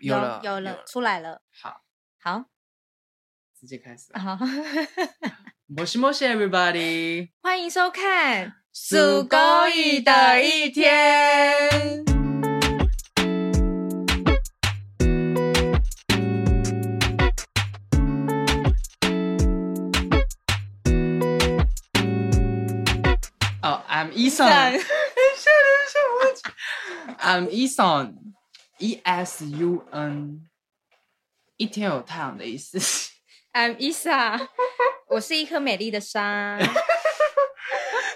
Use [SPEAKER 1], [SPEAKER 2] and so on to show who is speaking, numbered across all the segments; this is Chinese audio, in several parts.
[SPEAKER 1] 有
[SPEAKER 2] 了
[SPEAKER 1] 有
[SPEAKER 2] 了，
[SPEAKER 1] 出来了。
[SPEAKER 2] 好，
[SPEAKER 1] 好，
[SPEAKER 2] 直接开 始。
[SPEAKER 1] 好，
[SPEAKER 2] 摩西摩西，everybody，
[SPEAKER 1] 欢迎 收看。
[SPEAKER 2] すごい的一
[SPEAKER 1] 天。
[SPEAKER 2] 哦、i m Eason，I'm Eason，E S U N，一天有太阳的意思。
[SPEAKER 1] I'm Isa，我 是一颗美丽的沙。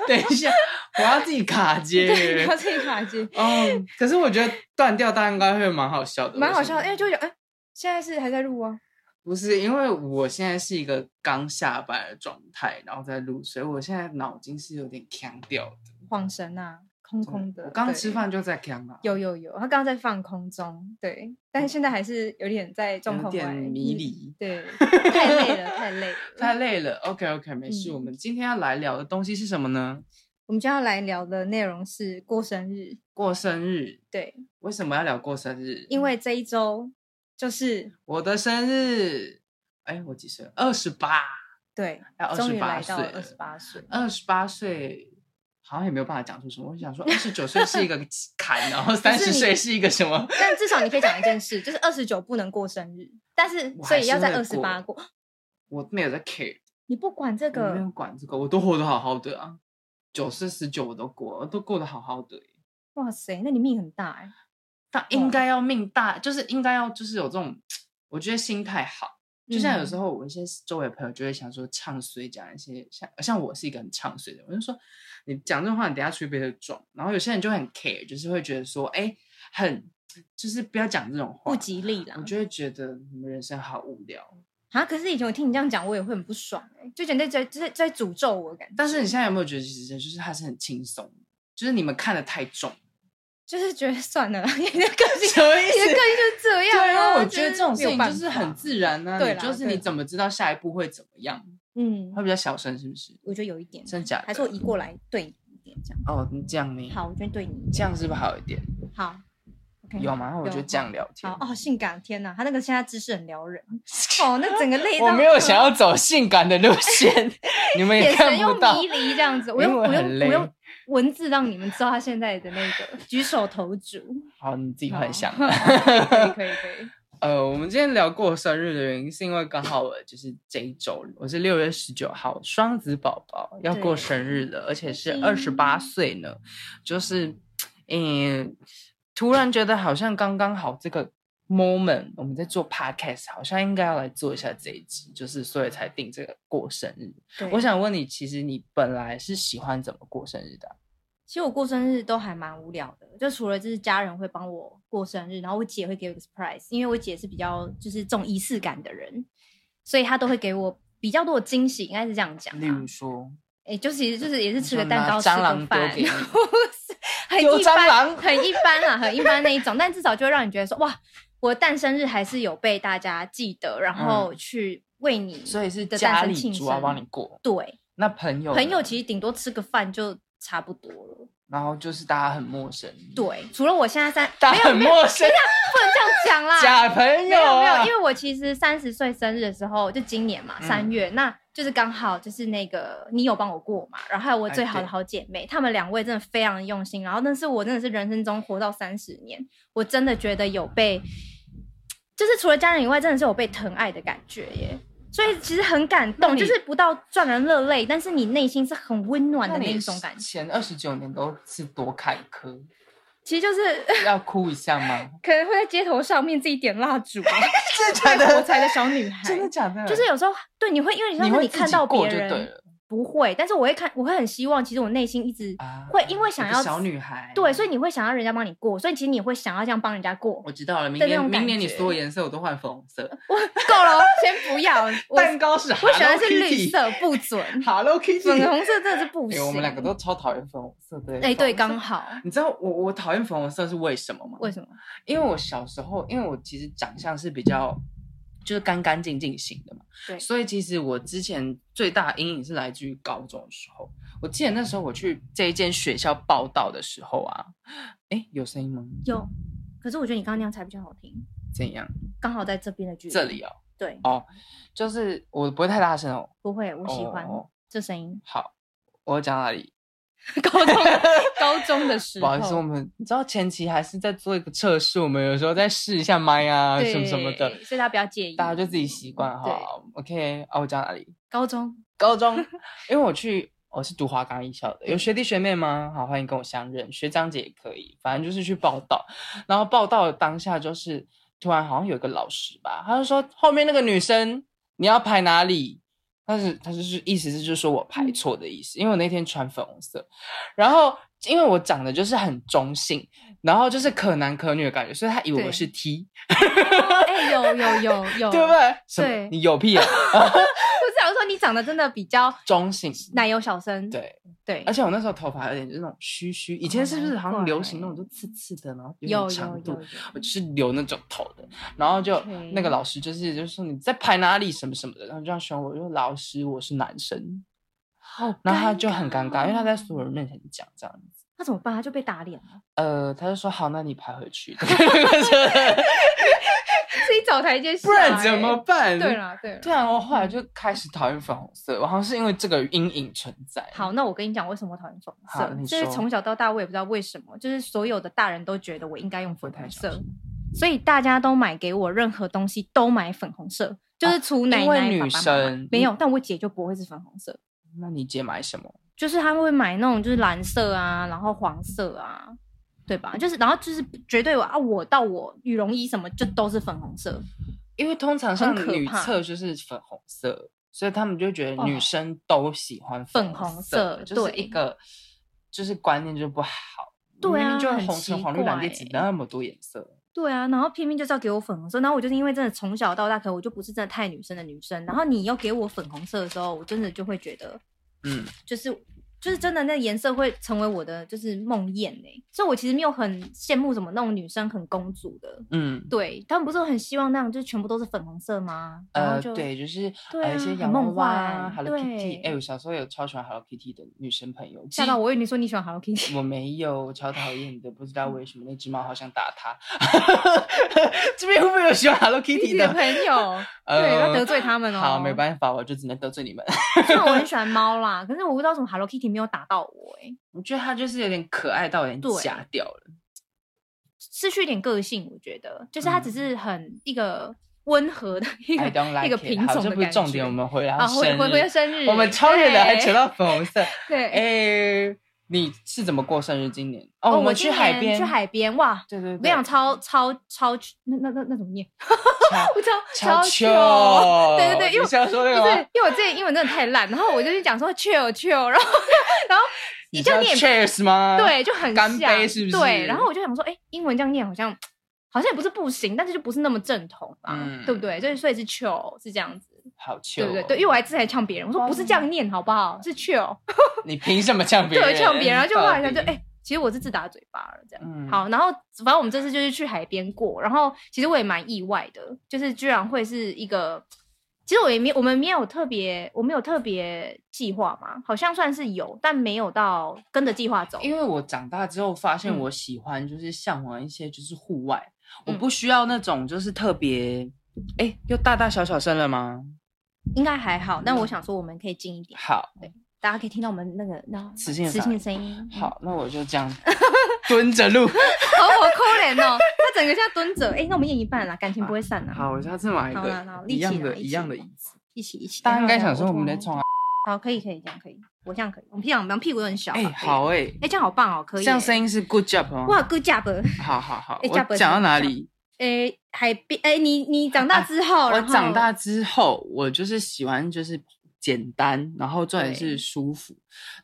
[SPEAKER 2] 等一下，我要自己卡
[SPEAKER 1] 对，
[SPEAKER 2] 接
[SPEAKER 1] 你。要自己卡机，
[SPEAKER 2] 哦，可是我觉得断掉大家应该会蛮好笑的，
[SPEAKER 1] 蛮好
[SPEAKER 2] 为什
[SPEAKER 1] 笑
[SPEAKER 2] 么
[SPEAKER 1] 的，因为就有哎，现在是还在录啊。
[SPEAKER 2] 不是，因为我现在是一个刚下班的状态，然后在录，所以我现在脑筋是有点腔掉的。
[SPEAKER 1] 晃神啊，空空的。
[SPEAKER 2] 我刚
[SPEAKER 1] 对
[SPEAKER 2] 吃饭就在腔了，
[SPEAKER 1] 有有有，他刚刚在放空中，对，但是现在还是有点在状
[SPEAKER 2] 有
[SPEAKER 1] 况外
[SPEAKER 2] 点迷
[SPEAKER 1] 嗯
[SPEAKER 2] 离，
[SPEAKER 1] 对， 太累了，太累了。
[SPEAKER 2] 太累了。OK OK，没事。
[SPEAKER 1] 嗯
[SPEAKER 2] 我们今天要来聊的东西是什么呢？
[SPEAKER 1] 我们今天要来聊的内容是过生日，
[SPEAKER 2] 过生日。
[SPEAKER 1] 对，
[SPEAKER 2] 为什么要聊过生日？
[SPEAKER 1] 因为这一周就是
[SPEAKER 2] 我的生日，哎，我几岁？二十八，
[SPEAKER 1] 对，
[SPEAKER 2] 要
[SPEAKER 1] 终
[SPEAKER 2] 28
[SPEAKER 1] 于来到
[SPEAKER 2] 岁
[SPEAKER 1] 二
[SPEAKER 2] 了
[SPEAKER 1] 十八岁，
[SPEAKER 2] 二十八岁。好像也没有办法讲出什么。我想说， 二十九岁是一个坎，然后三十
[SPEAKER 1] 你
[SPEAKER 2] 岁是一个什么？
[SPEAKER 1] 但至少你可以讲一件事，就是二十九不能过生日，但是
[SPEAKER 2] 我
[SPEAKER 1] 所
[SPEAKER 2] 还
[SPEAKER 1] 以要
[SPEAKER 2] 是
[SPEAKER 1] 在
[SPEAKER 2] 会
[SPEAKER 1] 二十八过，
[SPEAKER 2] 我没有在 care，
[SPEAKER 1] 你不管这
[SPEAKER 2] 我没有
[SPEAKER 1] 个，
[SPEAKER 2] 管这个，我都活得好好的啊，九四十九我都过，都过得好好的欸。
[SPEAKER 1] 哇塞，那你命很大哎、
[SPEAKER 2] 但应该要命大，就是应该要就是有这种，我觉得心态好。就像有时
[SPEAKER 1] 嗯
[SPEAKER 2] 候我一些周围朋友就会想说唱衰，讲一些像像我是一个很唱衰的人，我就说你讲这种话，你等下出去被人撞。然后有些人就会很 care，就是会觉得说，哎、很就是不要讲这种话，
[SPEAKER 1] 不吉利啦
[SPEAKER 2] 我，就会觉得你们人生好无聊。哦
[SPEAKER 1] 啊！可是以前我听你这样讲，我也会很不爽哎、就觉得在在在诅咒我的感觉。
[SPEAKER 2] 但是你现在有没有觉得，其实就是它是很轻松，就是你们看得太重。
[SPEAKER 1] 就是觉得算了啦， 你的 个性，
[SPEAKER 2] 什么意
[SPEAKER 1] 你的个性就是这样啊。
[SPEAKER 2] 对啊，我
[SPEAKER 1] 就
[SPEAKER 2] 觉得这种
[SPEAKER 1] 没
[SPEAKER 2] 事
[SPEAKER 1] 有
[SPEAKER 2] 情
[SPEAKER 1] 办
[SPEAKER 2] 就是
[SPEAKER 1] 法
[SPEAKER 2] 很自然呢、
[SPEAKER 1] 对
[SPEAKER 2] 你
[SPEAKER 1] 啦
[SPEAKER 2] 就是
[SPEAKER 1] 对
[SPEAKER 2] 你
[SPEAKER 1] 啦
[SPEAKER 2] 怎么知道下一步会怎么样？
[SPEAKER 1] 嗯
[SPEAKER 2] 会，比较小声，是不是？
[SPEAKER 1] 我觉得有一点，
[SPEAKER 2] 真假的？
[SPEAKER 1] 还是我移过来对你一点这样。
[SPEAKER 2] 哦，你这样呢？
[SPEAKER 1] 好，我觉得对你一
[SPEAKER 2] 这
[SPEAKER 1] 点
[SPEAKER 2] 样是不是好一点？
[SPEAKER 1] 好，OK，
[SPEAKER 2] 有吗？那我
[SPEAKER 1] 有
[SPEAKER 2] 就这样聊天
[SPEAKER 1] 好。哦，性感，天哪，他那个现在姿势很撩人哦，那整个累到
[SPEAKER 2] 我没有想要走性感的路线， 你们也
[SPEAKER 1] 眼
[SPEAKER 2] 看
[SPEAKER 1] 神
[SPEAKER 2] 不
[SPEAKER 1] 用
[SPEAKER 2] 到
[SPEAKER 1] 迷。离这样子，我
[SPEAKER 2] 因
[SPEAKER 1] 用
[SPEAKER 2] 为
[SPEAKER 1] 我
[SPEAKER 2] 我
[SPEAKER 1] 用
[SPEAKER 2] 很
[SPEAKER 1] 我
[SPEAKER 2] 累
[SPEAKER 1] 用文字让你们知道他现在的那 个举手投足，
[SPEAKER 2] 好，你自己幻
[SPEAKER 1] 哦
[SPEAKER 2] 想。
[SPEAKER 1] 可以可以可以，
[SPEAKER 2] 呃，我们今天聊过生日的原因，是因为刚好我就是这一周，我是六月十九号，双子宝宝要过
[SPEAKER 1] 对
[SPEAKER 2] 生日了，而且是
[SPEAKER 1] 嗯
[SPEAKER 2] 二十八岁呢，就是，嗯，突然觉得好像刚刚好这个 moment，我们在做 podcast，好像应该要来做一下这一集，就是所以才定这个过生日。
[SPEAKER 1] 对
[SPEAKER 2] 我想问你，其实你本来是喜欢怎么过生日的啊、
[SPEAKER 1] 其实我过生日都还蛮无聊的，就除了就是家人会帮我过生日，然后我姐会给我一个 surprise，因为我姐是比较就是重仪式感的人，所以她都会给我比较多的惊喜，应该是这样讲
[SPEAKER 2] 例
[SPEAKER 1] 啊
[SPEAKER 2] 如。说，
[SPEAKER 1] 哎、就其实就是也是
[SPEAKER 2] 你
[SPEAKER 1] 吃
[SPEAKER 2] 说
[SPEAKER 1] 个蛋
[SPEAKER 2] 拿
[SPEAKER 1] 糕，吃
[SPEAKER 2] 蟑
[SPEAKER 1] 个
[SPEAKER 2] 螂丢
[SPEAKER 1] 饭，
[SPEAKER 2] 给你
[SPEAKER 1] 很
[SPEAKER 2] 丢
[SPEAKER 1] 一
[SPEAKER 2] 蟑
[SPEAKER 1] 般
[SPEAKER 2] 螂
[SPEAKER 1] 很一般啦，很一般那一种，但至少就会让你觉得说哇，我的诞生日还是有被大家记得，然后去为你
[SPEAKER 2] 嗯所以是
[SPEAKER 1] 的
[SPEAKER 2] 家
[SPEAKER 1] 诞生
[SPEAKER 2] 里
[SPEAKER 1] 庆
[SPEAKER 2] 主要
[SPEAKER 1] 生。
[SPEAKER 2] 帮你过，
[SPEAKER 1] 对
[SPEAKER 2] 那朋友
[SPEAKER 1] 朋友
[SPEAKER 2] 呢
[SPEAKER 1] 其实顶多吃个饭就差不多了。
[SPEAKER 2] 然后就是大家很陌生，，
[SPEAKER 1] 对，除了我现在三，
[SPEAKER 2] 大家很陌生，
[SPEAKER 1] 不能这样讲啦。
[SPEAKER 2] 假朋
[SPEAKER 1] 没
[SPEAKER 2] 友
[SPEAKER 1] 有没
[SPEAKER 2] 啊
[SPEAKER 1] 有，因为我其实三十岁生日的时候，就今年嘛，
[SPEAKER 2] 嗯
[SPEAKER 1] 三、月，那就是刚好就是那个你有帮我过嘛，然后还有我最好
[SPEAKER 2] 哎
[SPEAKER 1] 的
[SPEAKER 2] 对
[SPEAKER 1] 好姐妹，她们两位真的非常用心，然后但是我真的是人生中活到三十年，我真的觉得有被，就是除了家人以外，真的是有被疼爱的感觉耶。所以其实很感
[SPEAKER 2] 那
[SPEAKER 1] 动，
[SPEAKER 2] 你
[SPEAKER 1] 就是不到赚人热泪，但是你内心是很温暖的
[SPEAKER 2] 那
[SPEAKER 1] 那
[SPEAKER 2] 你
[SPEAKER 1] 一种感觉。
[SPEAKER 2] 前二十九年都是多坎坷，
[SPEAKER 1] 其实就是？
[SPEAKER 2] 要哭一下吗
[SPEAKER 1] 可能会在街头上面自己点蜡烛 啊，
[SPEAKER 2] 真的假
[SPEAKER 1] 活
[SPEAKER 2] 的？
[SPEAKER 1] 财的小女孩，
[SPEAKER 2] 真的假的？
[SPEAKER 1] 就是有时候对你会，因为你
[SPEAKER 2] 嗯
[SPEAKER 1] 像
[SPEAKER 2] 你
[SPEAKER 1] 是
[SPEAKER 2] 会
[SPEAKER 1] 你
[SPEAKER 2] 自
[SPEAKER 1] 看
[SPEAKER 2] 己
[SPEAKER 1] 到
[SPEAKER 2] 过
[SPEAKER 1] 别
[SPEAKER 2] 就对
[SPEAKER 1] 人
[SPEAKER 2] 了
[SPEAKER 1] 不会，但是我会看，我会很希望，其实我内心一直、
[SPEAKER 2] 啊
[SPEAKER 1] 会因为想
[SPEAKER 2] 有个
[SPEAKER 1] 要
[SPEAKER 2] 小
[SPEAKER 1] 自
[SPEAKER 2] 女孩，
[SPEAKER 1] 对，所以
[SPEAKER 2] 以
[SPEAKER 1] 你会想要人家帮你过，所以其实你会想要这样帮人家过。
[SPEAKER 2] 我知道了。明
[SPEAKER 1] 的那
[SPEAKER 2] 年
[SPEAKER 1] 种感
[SPEAKER 2] 明年你
[SPEAKER 1] 觉
[SPEAKER 2] 所有颜色我都换粉红色，
[SPEAKER 1] 我够了哦，先不 要，我
[SPEAKER 2] 蛋糕是
[SPEAKER 1] 我喜
[SPEAKER 2] Hello
[SPEAKER 1] 欢是
[SPEAKER 2] Kitty
[SPEAKER 1] 绿色，不准
[SPEAKER 2] Hello Kitty，
[SPEAKER 1] 粉红色真的是不
[SPEAKER 2] 哎
[SPEAKER 1] 行。
[SPEAKER 2] 我们两个都超讨厌粉红色的。
[SPEAKER 1] 哎，对，
[SPEAKER 2] 粉红色
[SPEAKER 1] 刚好，
[SPEAKER 2] 你知道我我讨厌粉红色是为什么吗？
[SPEAKER 1] 为什么？
[SPEAKER 2] 因为我小时候，因为我其实长相是比较就是干干净净型的嘛，
[SPEAKER 1] 对
[SPEAKER 2] 所以其实我之前最大的阴影是来自于高中的时候。我记得那时候我去这一间学校报道的时候啊，哎，有声音吗？
[SPEAKER 1] 有，可是我觉得你刚刚那样才比较好听，
[SPEAKER 2] 怎样？
[SPEAKER 1] 刚好在这边的距离。
[SPEAKER 2] 这里哦，
[SPEAKER 1] 对，
[SPEAKER 2] 就是我不会太大声哦。
[SPEAKER 1] 不会，我喜欢
[SPEAKER 2] 哦
[SPEAKER 1] 这声音。
[SPEAKER 2] 好，我讲哪里？
[SPEAKER 1] 高中高中的时
[SPEAKER 2] 不
[SPEAKER 1] 候，
[SPEAKER 2] 好意思，我们你知道前期还是在做一个测试，我们有时候在试一下麦啊
[SPEAKER 1] 对
[SPEAKER 2] 什么什么的，
[SPEAKER 1] 所以大家不要介意。
[SPEAKER 2] 大家就自己习惯
[SPEAKER 1] 对
[SPEAKER 2] 哈。OK，啊，我讲哪里？
[SPEAKER 1] 高中
[SPEAKER 2] 高 中，因为我去我是读华冈艺校的，有学弟学妹吗？好，欢迎跟我相认，学长姐也可以，反正就是去报道。然后报道的当下就是突然好像有一个老师吧，他就说后面那个女生你要排哪里？但是他就是意思是就是说我
[SPEAKER 1] 嗯
[SPEAKER 2] 排错的意思，因为我那天穿粉红色，然后因为我长得就是很中性，然后就是可男可女的感觉，所以他以为
[SPEAKER 1] 对
[SPEAKER 2] 我是 T，
[SPEAKER 1] 哎、有有有有，
[SPEAKER 2] 对不
[SPEAKER 1] 我
[SPEAKER 2] 对？什么
[SPEAKER 1] 对
[SPEAKER 2] 你有屁啊！
[SPEAKER 1] 是想说你长得真的比较
[SPEAKER 2] 中 性，
[SPEAKER 1] 奶油小生，
[SPEAKER 2] 对，
[SPEAKER 1] 对
[SPEAKER 2] 而，且我那时候头发有点就是那种虚虚，以前是不是好像流行那种
[SPEAKER 1] 难
[SPEAKER 2] 就刺刺的，然后
[SPEAKER 1] 哦有
[SPEAKER 2] 点
[SPEAKER 1] 有
[SPEAKER 2] 长
[SPEAKER 1] 有
[SPEAKER 2] 度
[SPEAKER 1] 有，，
[SPEAKER 2] 我就是留那种头的，然后就
[SPEAKER 1] OK
[SPEAKER 2] 那个老师就是就是说你在排哪里什么什么的，然后就这样凶我，我就说老师我是男生，
[SPEAKER 1] 好，
[SPEAKER 2] 然后他就很尴尬，因为他在所有人面前讲这样子，
[SPEAKER 1] 他怎么办？他就被打脸了，
[SPEAKER 2] 呃，他就说好，那你排回去，
[SPEAKER 1] 自己找台阶下、
[SPEAKER 2] 不然怎么
[SPEAKER 1] 哎？
[SPEAKER 2] 办？
[SPEAKER 1] 对。嗯啦对啦。
[SPEAKER 2] 对啊，我后来就开始讨厌粉红色，我好像是因为这个阴影存在。
[SPEAKER 1] 好，那我跟你讲，为什么我讨厌粉红
[SPEAKER 2] 好
[SPEAKER 1] 色？
[SPEAKER 2] 你
[SPEAKER 1] 就是
[SPEAKER 2] 说
[SPEAKER 1] 从小到大，我也不知道为什么，就是所有的大人都觉得我应该用
[SPEAKER 2] 不
[SPEAKER 1] 粉
[SPEAKER 2] 太
[SPEAKER 1] 红
[SPEAKER 2] 小
[SPEAKER 1] 色
[SPEAKER 2] 心，，
[SPEAKER 1] 所以大家都买给我任何东西都买粉红色，就是除奶奶、
[SPEAKER 2] 哦因为
[SPEAKER 1] 爸爸
[SPEAKER 2] 女
[SPEAKER 1] 妈妈
[SPEAKER 2] 生
[SPEAKER 1] 没有，但我姐就不会是粉红色，
[SPEAKER 2] 那你姐买什么？
[SPEAKER 1] 就是她会买那种就是蓝色啊，然后黄色啊，对吧？就是然后就是绝对啊，我到我羽绒衣什么就都是粉红色，
[SPEAKER 2] 因为通常像
[SPEAKER 1] 很可
[SPEAKER 2] 女
[SPEAKER 1] 怕
[SPEAKER 2] 厕就是粉红色，所以他们就觉得
[SPEAKER 1] 哦
[SPEAKER 2] 女生都喜欢
[SPEAKER 1] 粉红
[SPEAKER 2] 红
[SPEAKER 1] 色
[SPEAKER 2] 就是一
[SPEAKER 1] 对
[SPEAKER 2] 个就是观念就不好。
[SPEAKER 1] 对
[SPEAKER 2] 明
[SPEAKER 1] 啊
[SPEAKER 2] 明就
[SPEAKER 1] 很
[SPEAKER 2] 红
[SPEAKER 1] 奇
[SPEAKER 2] 橙黄绿蓝靛紫
[SPEAKER 1] 怪
[SPEAKER 2] 那么多颜色，
[SPEAKER 1] 对啊，然后偏偏就是要给我粉红色，然后我就是因为真的从小到大，可能我就不是真的太女生的女生，然后你要给我粉红色的时候，我真的就会觉得
[SPEAKER 2] 嗯，
[SPEAKER 1] 就是就是真的那颜色会成为我的就是梦魇哎、所以我其实没有很羡慕什么那种女生很公主的，
[SPEAKER 2] 嗯。
[SPEAKER 1] 对他们不是很希望那样，就是全部都是粉红色吗？然
[SPEAKER 2] 呃
[SPEAKER 1] 后，就，
[SPEAKER 2] 对，就是
[SPEAKER 1] 对
[SPEAKER 2] 呃一些
[SPEAKER 1] 啊
[SPEAKER 2] 洋娃
[SPEAKER 1] 很梦
[SPEAKER 2] 娃啊
[SPEAKER 1] 幻
[SPEAKER 2] ，Hello Kitty。哎，
[SPEAKER 1] 对
[SPEAKER 2] 我小时候有超喜欢 Hello Kitty 的女生朋友，
[SPEAKER 1] 吓
[SPEAKER 2] 记
[SPEAKER 1] 到我，我以为你说你喜欢 Hello Kitty，
[SPEAKER 2] 我没有，我超讨厌的，不知 道为什么那只猫好想打它。这边会不会有喜欢 Hello Kitty 的
[SPEAKER 1] 的
[SPEAKER 2] 呃
[SPEAKER 1] 朋？友， 对，要得罪他们哦。
[SPEAKER 2] 好，没 办法，我就只能得罪你们。
[SPEAKER 1] 法，虽然我很喜欢猫啦，可是我不知道为什么 Hello Kitty 没有打到我哎、
[SPEAKER 2] 我觉得他就是有点可爱到有点
[SPEAKER 1] 对
[SPEAKER 2] 假掉了。
[SPEAKER 1] 失去一点个性，我觉得就是它只
[SPEAKER 2] 嗯
[SPEAKER 1] 是很一个温和的一个
[SPEAKER 2] I don't like
[SPEAKER 1] 一个
[SPEAKER 2] it
[SPEAKER 1] 品
[SPEAKER 2] 好，
[SPEAKER 1] 种
[SPEAKER 2] 这
[SPEAKER 1] 的
[SPEAKER 2] 不是
[SPEAKER 1] 感
[SPEAKER 2] 重点，
[SPEAKER 1] 觉
[SPEAKER 2] 我们回到
[SPEAKER 1] 啊，回
[SPEAKER 2] 生
[SPEAKER 1] 回
[SPEAKER 2] 日
[SPEAKER 1] 回，生日，
[SPEAKER 2] 我们超远的还
[SPEAKER 1] 对
[SPEAKER 2] 扯到粉红 色。
[SPEAKER 1] 对，
[SPEAKER 2] 哎，你是怎么过生日？今年哦，
[SPEAKER 1] 哦，
[SPEAKER 2] 我
[SPEAKER 1] 我
[SPEAKER 2] 们
[SPEAKER 1] 今
[SPEAKER 2] 去海
[SPEAKER 1] 年
[SPEAKER 2] 边，
[SPEAKER 1] 去海边哇！
[SPEAKER 2] 对对对，
[SPEAKER 1] 我跟你讲，超超超那那那那怎么念？ 我超
[SPEAKER 2] 超
[SPEAKER 1] 糗
[SPEAKER 2] chill
[SPEAKER 1] 对对对，因为
[SPEAKER 2] 你是要说那
[SPEAKER 1] 不
[SPEAKER 2] 个
[SPEAKER 1] 是
[SPEAKER 2] 吗？
[SPEAKER 1] 因为我之前英文真的太烂，然后我就去讲说 chill chill，然后然后
[SPEAKER 2] 你
[SPEAKER 1] 就是
[SPEAKER 2] 要
[SPEAKER 1] 念
[SPEAKER 2] cheers 吗？，
[SPEAKER 1] 对就很
[SPEAKER 2] 啊干
[SPEAKER 1] 像
[SPEAKER 2] 杯是不
[SPEAKER 1] 对，
[SPEAKER 2] 是
[SPEAKER 1] 然后我就想说，哎，英文这样念好像好像也不是不行，但是就不是那么正统啊，
[SPEAKER 2] 嗯
[SPEAKER 1] 对不对？所以所以是 chill 是这样子。
[SPEAKER 2] 好哦 chill，
[SPEAKER 1] 对不对？对，因为我还之前还呛别人，我说不是这样念好不好？是 chill，
[SPEAKER 2] 你凭什么呛别
[SPEAKER 1] 对，
[SPEAKER 2] 人？
[SPEAKER 1] 我呛别人，然后就后来
[SPEAKER 2] 到
[SPEAKER 1] 想就
[SPEAKER 2] 底
[SPEAKER 1] 哎、，其实我是自打嘴巴了这样。
[SPEAKER 2] 嗯，
[SPEAKER 1] 好，然后反正我们这次就是去海边过，然后其实我也蛮意外的，就是居然会是一个，其实我也没我们没有特别，我们有特别计划嘛，好像算是有，但没有到跟着计划走。
[SPEAKER 2] 因为我长大之后发现，
[SPEAKER 1] 嗯
[SPEAKER 2] 我喜欢就是向往一些就是户外，
[SPEAKER 1] 嗯
[SPEAKER 2] 我不需要那种就是特别，哎、又大大小小声了吗？
[SPEAKER 1] 应该还好，但
[SPEAKER 2] 嗯
[SPEAKER 1] 我想说我们可以近一点，
[SPEAKER 2] 好，
[SPEAKER 1] 大家可以听到我们那个那
[SPEAKER 2] 磁性的
[SPEAKER 1] 磁
[SPEAKER 2] 嗓
[SPEAKER 1] 性的
[SPEAKER 2] 音
[SPEAKER 1] 声音。嗯
[SPEAKER 2] 好，那我就这 样蹲着录。
[SPEAKER 1] 好好可怜哦，他整个像蹲着。哎、那我们演一半啦，感情不会散啦。
[SPEAKER 2] 好，我下次买一
[SPEAKER 1] 好啦
[SPEAKER 2] 个
[SPEAKER 1] 好啦
[SPEAKER 2] 一样
[SPEAKER 1] 立起来
[SPEAKER 2] 的、
[SPEAKER 1] 立起
[SPEAKER 2] 一样的
[SPEAKER 1] 来
[SPEAKER 2] 椅子。
[SPEAKER 1] 一起一起。
[SPEAKER 2] 大家应该
[SPEAKER 1] 然后
[SPEAKER 2] 想说我们在
[SPEAKER 1] 我
[SPEAKER 2] 冲啊，
[SPEAKER 1] 好，可以可以，这样可以，我这样可以。我们平常我们屁股都很小啊。
[SPEAKER 2] 哎、
[SPEAKER 1] 可以
[SPEAKER 2] 好，哎、
[SPEAKER 1] 哎、这样好棒哦，可以。
[SPEAKER 2] 这样声音是 good job 吗？
[SPEAKER 1] 哇，good job。
[SPEAKER 2] 好好好，
[SPEAKER 1] 哎
[SPEAKER 2] 我
[SPEAKER 1] 加本
[SPEAKER 2] 讲到
[SPEAKER 1] 身
[SPEAKER 2] 哪
[SPEAKER 1] 加
[SPEAKER 2] 里？
[SPEAKER 1] 哎、海边，哎、你你长大之后，
[SPEAKER 2] 啊我
[SPEAKER 1] 然后
[SPEAKER 2] 长大之后，我就是喜欢就是简单，然后重点
[SPEAKER 1] 对
[SPEAKER 2] 是舒服，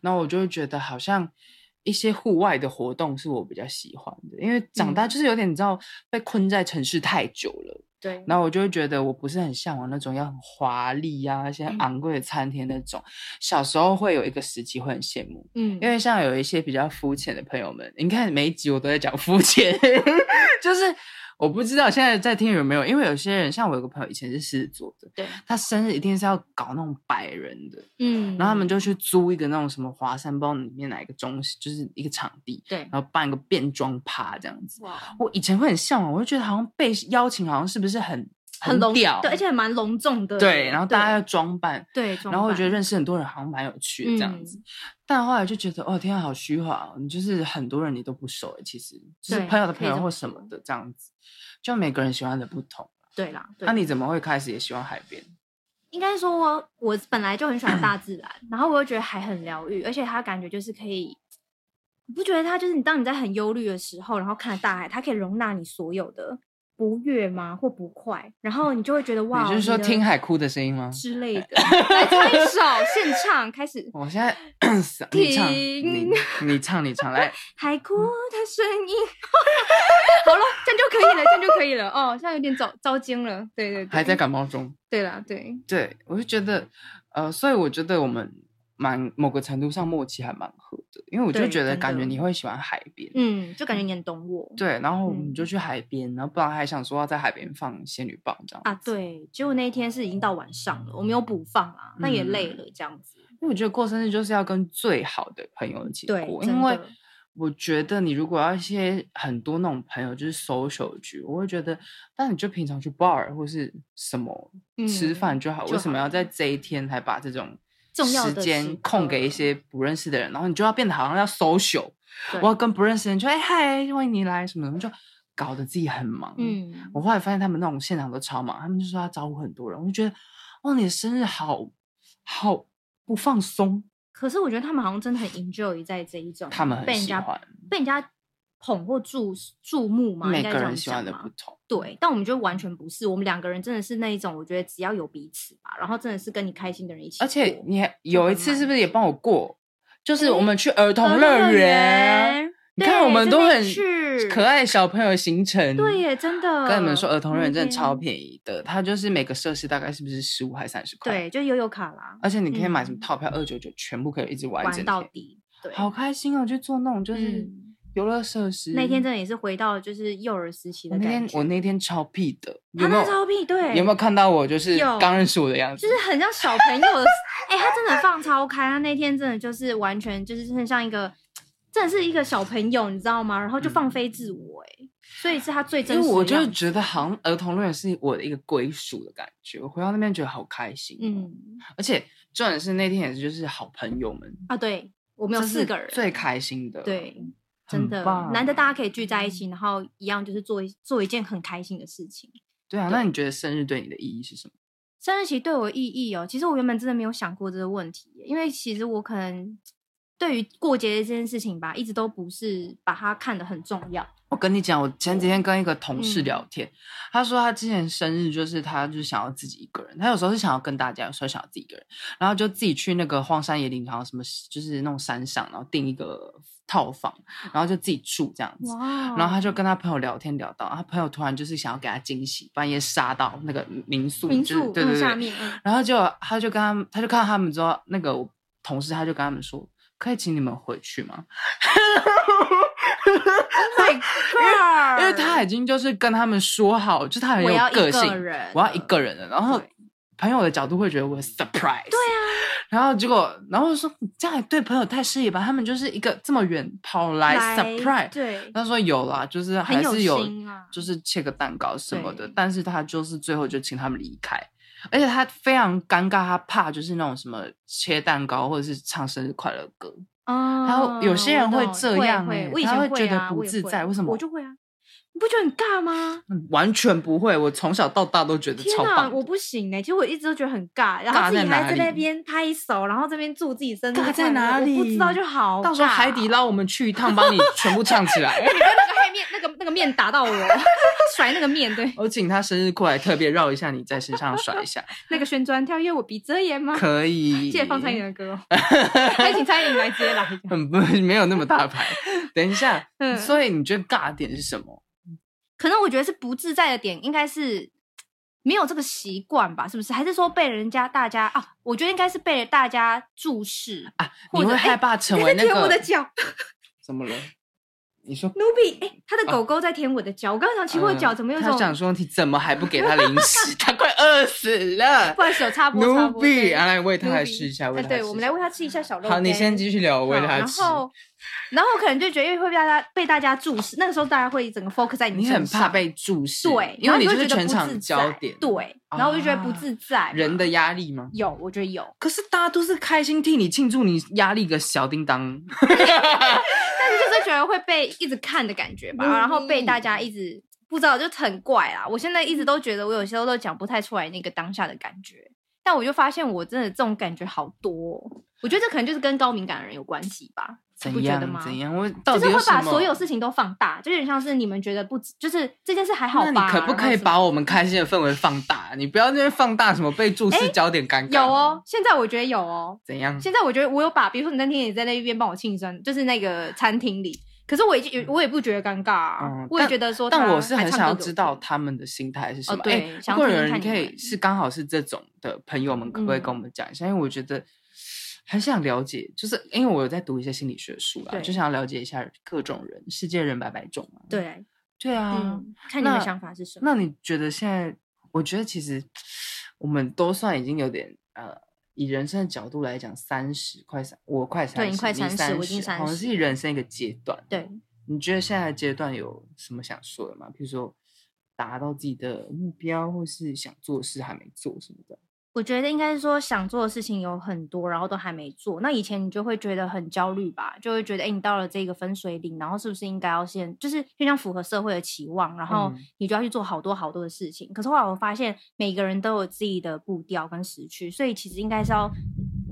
[SPEAKER 2] 然后我就会觉得好像一些户外的活动是我比较喜欢的，因为
[SPEAKER 1] 嗯
[SPEAKER 2] 长大就是有点你知道被困在城市太久了，
[SPEAKER 1] 对，
[SPEAKER 2] 然后我就会觉得我不是很向往那种要很华丽呀、啊、一些
[SPEAKER 1] 嗯
[SPEAKER 2] 昂贵的餐厅那种，小时候会有一个时期会很羡慕。
[SPEAKER 1] 嗯，
[SPEAKER 2] 因为像 有一些比较肤浅的朋友们，你看每一集我都在讲肤浅，就是我不知道现在在听有没有，因为有些人像我有个朋友以前是狮子座的，
[SPEAKER 1] 对，
[SPEAKER 2] 他生日一定是要搞那种百人的，
[SPEAKER 1] 嗯，
[SPEAKER 2] 然后他们就去租一个那种什么华山包里面哪一个中心，就是一个场地，
[SPEAKER 1] 对，
[SPEAKER 2] 然后办一个变装趴这样子。
[SPEAKER 1] 哇，
[SPEAKER 2] 我以前会很向往，我就觉得好像被邀请，好像是不是很
[SPEAKER 1] 很隆
[SPEAKER 2] 屌？
[SPEAKER 1] 对，而且还蛮隆重的，
[SPEAKER 2] 对，然后大家要装扮，
[SPEAKER 1] 对，
[SPEAKER 2] 然后我觉得
[SPEAKER 1] 得
[SPEAKER 2] 认识很多人好像蛮有趣的这样
[SPEAKER 1] 嗯
[SPEAKER 2] 子。但后来就觉得，哦，天啊，好虚华、哦！你就是很多人你都不熟欸，其实就是
[SPEAKER 1] 对
[SPEAKER 2] 朋友的
[SPEAKER 1] 可
[SPEAKER 2] 朋
[SPEAKER 1] 以
[SPEAKER 2] 友
[SPEAKER 1] 这
[SPEAKER 2] 或
[SPEAKER 1] 么
[SPEAKER 2] 什么
[SPEAKER 1] 说
[SPEAKER 2] 的这样子，就每个人喜欢的不同。
[SPEAKER 1] 对啦，对
[SPEAKER 2] 那、你怎么会开始也喜欢海边？
[SPEAKER 1] 应该说我我本来就很喜欢大自然，然后我又觉得海很疗愈，而且它感觉就是可以，你不觉得它就是你当你在很忧虑的时候，然后看大海，它可以容纳你所有的不悦吗或不快，然后你就会觉得哇，
[SPEAKER 2] 你就是说
[SPEAKER 1] 的
[SPEAKER 2] 听海哭的声音吗？
[SPEAKER 1] 之类的，来唱一首现唱开始。
[SPEAKER 2] 我现 在嗓你唱，你你唱，你唱，来，
[SPEAKER 1] 海哭的声音， 好了，这样就可以了，这样就可以了。哦，现在有点糟糟惊了，对对对，
[SPEAKER 2] 还在感冒中。
[SPEAKER 1] 对啦，对，
[SPEAKER 2] 对，我就觉得，呃，所以我觉得我们蛮某个程度上默契还蛮合的，因为我就
[SPEAKER 1] 对
[SPEAKER 2] 觉得
[SPEAKER 1] 真
[SPEAKER 2] 感觉
[SPEAKER 1] 的
[SPEAKER 2] 你会喜欢海边，
[SPEAKER 1] 嗯，就感觉你很懂我，
[SPEAKER 2] 对，然后我们就
[SPEAKER 1] 嗯
[SPEAKER 2] 去海边，然后不然还想说要在海边放仙女棒这样
[SPEAKER 1] 啊，
[SPEAKER 2] 子，
[SPEAKER 1] 对，结果那一天是已经到晚上了，我没有补放啦，那也
[SPEAKER 2] 嗯
[SPEAKER 1] 累了，这样子。
[SPEAKER 2] 因为我觉得过生日就是要跟最好的朋友一起
[SPEAKER 1] 对
[SPEAKER 2] 过，
[SPEAKER 1] 真
[SPEAKER 2] 因为
[SPEAKER 1] 的
[SPEAKER 2] 我觉得你如果要一些很多那种朋友就是 social 局，我会觉得，那你就平常去 bar 或是什么吃
[SPEAKER 1] 嗯
[SPEAKER 2] 饭就好，
[SPEAKER 1] 就
[SPEAKER 2] 为什么
[SPEAKER 1] 好
[SPEAKER 2] 要
[SPEAKER 1] 了
[SPEAKER 2] 在这一天还把这种
[SPEAKER 1] 重要
[SPEAKER 2] 时
[SPEAKER 1] 的
[SPEAKER 2] 间
[SPEAKER 1] 时
[SPEAKER 2] 空给一
[SPEAKER 1] 刻
[SPEAKER 2] 些不认识的人，然后你就要变得好像要 social，
[SPEAKER 1] 对
[SPEAKER 2] 我要跟不认识的人就哎嗨，欢迎你来什么的，就搞得自己很忙，
[SPEAKER 1] 嗯，
[SPEAKER 2] 我后来发现他们那种现场都超忙，他们就说要招呼很多人，我就觉得，哦，你的生日好好不放松，
[SPEAKER 1] 可是我觉得他们好像真的很 enjoy 在这一种，
[SPEAKER 2] 他们很
[SPEAKER 1] 被人
[SPEAKER 2] 喜
[SPEAKER 1] 家
[SPEAKER 2] 欢，
[SPEAKER 1] 被人家捧或注注目嘛，
[SPEAKER 2] 每
[SPEAKER 1] 应该
[SPEAKER 2] 个
[SPEAKER 1] 这样
[SPEAKER 2] 人喜欢的
[SPEAKER 1] 讲嘛
[SPEAKER 2] 不同。
[SPEAKER 1] 对，但我们就完全不是，我们两个人真的是那一种，我觉得只要有彼此吧，然后真的是跟你开心的人一起过，
[SPEAKER 2] 而且你还
[SPEAKER 1] 就
[SPEAKER 2] 有一
[SPEAKER 1] 很
[SPEAKER 2] 次
[SPEAKER 1] 满
[SPEAKER 2] 是不是也帮我过？就是我
[SPEAKER 1] 诶
[SPEAKER 2] 们去儿
[SPEAKER 1] 儿
[SPEAKER 2] 童
[SPEAKER 1] 童
[SPEAKER 2] 乐园，
[SPEAKER 1] 园，
[SPEAKER 2] 你看我
[SPEAKER 1] 对
[SPEAKER 2] 们
[SPEAKER 1] 真
[SPEAKER 2] 都
[SPEAKER 1] 没
[SPEAKER 2] 很
[SPEAKER 1] 趣
[SPEAKER 2] 可爱小朋友行程。
[SPEAKER 1] 对耶，真的。
[SPEAKER 2] 跟你们说，儿童乐
[SPEAKER 1] 那
[SPEAKER 2] 园真的超
[SPEAKER 1] 天
[SPEAKER 2] 便宜的，它就是每个设施大概是不是十五还三十块？
[SPEAKER 1] 对，，就悠悠卡啦，
[SPEAKER 2] 而且你可以买什么
[SPEAKER 1] 嗯
[SPEAKER 2] 套票二九九，全部可以一直玩一整
[SPEAKER 1] 玩到
[SPEAKER 2] 天，
[SPEAKER 1] 底。对，
[SPEAKER 2] 好开心哦！就做那种就是
[SPEAKER 1] 嗯
[SPEAKER 2] 游乐设施。
[SPEAKER 1] 那天真的也是回到就是幼儿时期
[SPEAKER 2] 我
[SPEAKER 1] 的
[SPEAKER 2] 那
[SPEAKER 1] 感
[SPEAKER 2] 天
[SPEAKER 1] 觉。
[SPEAKER 2] 我那天超屁的，有
[SPEAKER 1] 他
[SPEAKER 2] 没
[SPEAKER 1] 那
[SPEAKER 2] 有
[SPEAKER 1] 照片对，
[SPEAKER 2] 有没有看到我就是
[SPEAKER 1] 有
[SPEAKER 2] 刚认识我的样子？
[SPEAKER 1] 就是很像小朋友的，哎、他真的放超开，他那天真的就是完全就是很像一个，真的是一个小朋友，你知道吗？然后就放飞自我、哎、所以是他最
[SPEAKER 2] 嗯
[SPEAKER 1] 真
[SPEAKER 2] 因
[SPEAKER 1] 实
[SPEAKER 2] 为
[SPEAKER 1] 的
[SPEAKER 2] 我就是
[SPEAKER 1] 样子
[SPEAKER 2] 觉得好像儿童乐园是我的一个归属的感觉，我回到那边觉得好开心，，哦
[SPEAKER 1] 嗯
[SPEAKER 2] 而且重点是那天也是就是好朋友们，
[SPEAKER 1] 啊，对我们有
[SPEAKER 2] 这是
[SPEAKER 1] 四个人，
[SPEAKER 2] 最开心的，
[SPEAKER 1] 对，
[SPEAKER 2] 很
[SPEAKER 1] 真的
[SPEAKER 2] 棒嗯
[SPEAKER 1] 难得大家可以聚在一起，然后一样就是做一做一件很开心的事情。
[SPEAKER 2] 对啊，那你觉得生日对你的意义是什么？
[SPEAKER 1] 生日其实对我意义哦，其实我原本真的没有想过这个问题耶，因为其实我可能对于过节这件事情吧，一直都不是把它看得很重要。
[SPEAKER 2] 我跟你讲，我前几天跟一个同事
[SPEAKER 1] 嗯
[SPEAKER 2] 聊天，他说他之前生日就是他就是想要自己一个人，他有时候是想要跟大家，有时候想要自己一个人，然后就自己去那个荒山野岭，然后什么就是那种山上，然后订一个套房，然后就自己住这样子。
[SPEAKER 1] 哇
[SPEAKER 2] 然后他就跟他朋友聊天聊到，他朋友突然就是想要给他惊喜，半夜杀到那个民宿，
[SPEAKER 1] 民
[SPEAKER 2] 就是
[SPEAKER 1] 宿
[SPEAKER 2] 对对
[SPEAKER 1] 嗯
[SPEAKER 2] 对，
[SPEAKER 1] 下面嗯
[SPEAKER 2] 然后就他就跟他们，他就看到他们之后，那个我同事他就跟他们说，可以请你们回去吗？
[SPEAKER 1] ，My God，
[SPEAKER 2] 因为他已经就是跟他们说好，就是他很有
[SPEAKER 1] 我要一
[SPEAKER 2] 个性，
[SPEAKER 1] 个人
[SPEAKER 2] 我要一个人了。然后
[SPEAKER 1] 对
[SPEAKER 2] 朋友的角度会觉得我 surprise，对
[SPEAKER 1] 啊。
[SPEAKER 2] 然后结果，然后说你这样也对朋友太失礼吧？他们就是一个这么远跑来 surprise。
[SPEAKER 1] 对，
[SPEAKER 2] 他说有啦，就是还
[SPEAKER 1] 很有
[SPEAKER 2] 是有，
[SPEAKER 1] 心啊
[SPEAKER 2] 就是切个蛋糕什么的
[SPEAKER 1] 对，
[SPEAKER 2] 但是他就是最后就请他们离开，而且他非常尴尬，他怕就是那种什么切蛋糕或者是唱生日快乐歌，
[SPEAKER 1] 嗯
[SPEAKER 2] 然后有些人
[SPEAKER 1] 我
[SPEAKER 2] 会
[SPEAKER 1] 懂
[SPEAKER 2] 这
[SPEAKER 1] 会
[SPEAKER 2] 样
[SPEAKER 1] 会
[SPEAKER 2] 欸
[SPEAKER 1] 我以
[SPEAKER 2] 他
[SPEAKER 1] 前
[SPEAKER 2] 会觉得
[SPEAKER 1] 啊
[SPEAKER 2] 不
[SPEAKER 1] 我也
[SPEAKER 2] 自
[SPEAKER 1] 会
[SPEAKER 2] 在为什么
[SPEAKER 1] 我就会啊，你不觉得很尬吗？
[SPEAKER 2] 嗯完全不会，我从小到大都觉得
[SPEAKER 1] 天
[SPEAKER 2] 超
[SPEAKER 1] 哪，
[SPEAKER 2] 棒的。
[SPEAKER 1] 我不行哎、其实我一直都觉得很尬，然
[SPEAKER 2] 尬
[SPEAKER 1] 后自
[SPEAKER 2] 在
[SPEAKER 1] 己还
[SPEAKER 2] 哪
[SPEAKER 1] 在那
[SPEAKER 2] 里
[SPEAKER 1] 边拍手，然后这边祝自己生日
[SPEAKER 2] 尬在
[SPEAKER 1] 快乐
[SPEAKER 2] 哪
[SPEAKER 1] 我不知道
[SPEAKER 2] 里
[SPEAKER 1] 就好啊尬。
[SPEAKER 2] 到时候海底捞我们去一趟，帮你全部唱起来。
[SPEAKER 1] 你被那个黑面那个那个面打到我， 甩那个面，对，
[SPEAKER 2] 我请他生日过来，特别绕一下你在身上甩一下，
[SPEAKER 1] 那个旋转跳跃，我比遮眼吗？
[SPEAKER 2] 可以。
[SPEAKER 1] 记得放蔡依林的 歌哦，还请蔡依林来接来。
[SPEAKER 2] 很不没有那么大 牌。等一下，
[SPEAKER 1] 嗯
[SPEAKER 2] 所以你觉得尬点是什么？
[SPEAKER 1] 可能我觉得是不自在的点，应该是没有这个习惯吧，是不是？还是说被人家大家啊？我觉得应该是被大家注视
[SPEAKER 2] 啊
[SPEAKER 1] 或
[SPEAKER 2] 你
[SPEAKER 1] 者
[SPEAKER 2] 会
[SPEAKER 1] 哎
[SPEAKER 2] 害怕成为
[SPEAKER 1] 你
[SPEAKER 2] 那
[SPEAKER 1] 在舔
[SPEAKER 2] 个
[SPEAKER 1] 我的脚，
[SPEAKER 2] 怎么了？你说嗯
[SPEAKER 1] 努比，哎、他的狗狗在舔我的脚，我刚刚想奇怪我脚怎么有一
[SPEAKER 2] 哦他
[SPEAKER 1] 种，
[SPEAKER 2] 想说你怎么还不给他零 食？他快饿死了
[SPEAKER 1] 不。好意思，有插播插
[SPEAKER 2] 奴
[SPEAKER 1] 播。
[SPEAKER 2] 婢，
[SPEAKER 1] 对
[SPEAKER 2] 啊，来喂他
[SPEAKER 1] 奴
[SPEAKER 2] 来
[SPEAKER 1] 婢
[SPEAKER 2] 试一下，
[SPEAKER 1] 哎
[SPEAKER 2] 喂他
[SPEAKER 1] 对，
[SPEAKER 2] 吃
[SPEAKER 1] 我
[SPEAKER 2] 一
[SPEAKER 1] 们来
[SPEAKER 2] 下
[SPEAKER 1] 喂它吃一下小肉。
[SPEAKER 2] 好，你先。继续聊，我喂
[SPEAKER 1] 好
[SPEAKER 2] 他
[SPEAKER 1] 然
[SPEAKER 2] 吃。
[SPEAKER 1] 后，然后我可能就觉得，因为会被大家被大家注视，那个时候大家会整个 focus 在
[SPEAKER 2] 你
[SPEAKER 1] 身
[SPEAKER 2] 很怕
[SPEAKER 1] 上
[SPEAKER 2] 被注视，
[SPEAKER 1] 对，
[SPEAKER 2] 因为
[SPEAKER 1] 你
[SPEAKER 2] 就
[SPEAKER 1] 会
[SPEAKER 2] 是
[SPEAKER 1] 觉
[SPEAKER 2] 全
[SPEAKER 1] 得不自
[SPEAKER 2] 场焦
[SPEAKER 1] 在
[SPEAKER 2] 点，
[SPEAKER 1] 对，然后我就觉得不
[SPEAKER 2] 啊
[SPEAKER 1] 自在嘛。
[SPEAKER 2] 人的压力吗？
[SPEAKER 1] 有，我觉得有，
[SPEAKER 2] 可是大家都是开心替你庆祝，你压力个小叮当。
[SPEAKER 1] 但是就是觉得会被一直看的感觉吧，然后被大
[SPEAKER 2] 嗯
[SPEAKER 1] 家一直不知道就很怪啦。我现在一直都觉得我有时候都讲不太出来那个当下的感觉，但我就发现我真的这种感觉好多哦、我觉得这可能就是跟高敏感的人有关系吧，你不
[SPEAKER 2] 怎
[SPEAKER 1] 觉得
[SPEAKER 2] 样
[SPEAKER 1] 吗？
[SPEAKER 2] 怎样？我到
[SPEAKER 1] 就
[SPEAKER 2] 底
[SPEAKER 1] 是
[SPEAKER 2] 有
[SPEAKER 1] 会
[SPEAKER 2] 什
[SPEAKER 1] 把
[SPEAKER 2] 么？
[SPEAKER 1] 所有事情都放大，就有点像是你们觉得不，就是这件事还好吧？
[SPEAKER 2] 那你可不可以
[SPEAKER 1] 然
[SPEAKER 2] 把
[SPEAKER 1] 后
[SPEAKER 2] 我们开心的氛围放大？你不要那边放大什么被注视
[SPEAKER 1] 哎
[SPEAKER 2] 焦点尴
[SPEAKER 1] 什
[SPEAKER 2] 尬。
[SPEAKER 1] 么有哦？现在我觉得有哦，
[SPEAKER 2] 怎样？
[SPEAKER 1] 现在我觉得我有把，比如说你那天也在那一边帮我庆生，就是那个餐厅里，可是我已经我也不觉得尴尬、啊，
[SPEAKER 2] 嗯
[SPEAKER 1] 我也
[SPEAKER 2] 但
[SPEAKER 1] 觉得说他还
[SPEAKER 2] 但
[SPEAKER 1] 唱歌给我听，
[SPEAKER 2] 我是很想要知道他们的心态是什么。
[SPEAKER 1] 哦对
[SPEAKER 2] 哎
[SPEAKER 1] 想
[SPEAKER 2] 如
[SPEAKER 1] 要
[SPEAKER 2] 果
[SPEAKER 1] 听
[SPEAKER 2] 有人
[SPEAKER 1] 听看你
[SPEAKER 2] 可以
[SPEAKER 1] 们
[SPEAKER 2] 是刚好是这种的朋友们，可不可以跟我们
[SPEAKER 1] 嗯
[SPEAKER 2] 讲一下？因为我觉得很想了解，就是因为我有在读一些心理学书啦，
[SPEAKER 1] 对
[SPEAKER 2] 就想要了解一下各种人，世界人百百种嘛。
[SPEAKER 1] 对，
[SPEAKER 2] 对啊，
[SPEAKER 1] 嗯，看你们
[SPEAKER 2] 那
[SPEAKER 1] 想法是什么。
[SPEAKER 2] 那你觉得现在？我觉得其实我们都算已经有点呃，以人生的角度来讲，三十快三，我快三
[SPEAKER 1] 对
[SPEAKER 2] 十，
[SPEAKER 1] 你快30
[SPEAKER 2] 30
[SPEAKER 1] 我已经
[SPEAKER 2] 好像
[SPEAKER 1] 30
[SPEAKER 2] 是人生一个阶段。
[SPEAKER 1] 对，
[SPEAKER 2] 你觉得现在的阶段有什么想说的吗？比如说达到自己的目标，或是想做的事还没做什么的。
[SPEAKER 1] 我觉得应该是说想做的事情有很多，然后都还没做。那以前你就会觉得很焦虑吧，就会觉得，哎、你到了这个分水岭，然后是不是应该要先，就是就像符合社会的期望，然后
[SPEAKER 2] 嗯
[SPEAKER 1] 你就要去做好多好多的事情。可是后来我发现，每个人都有自己的步调跟时区，所以其实应该是要，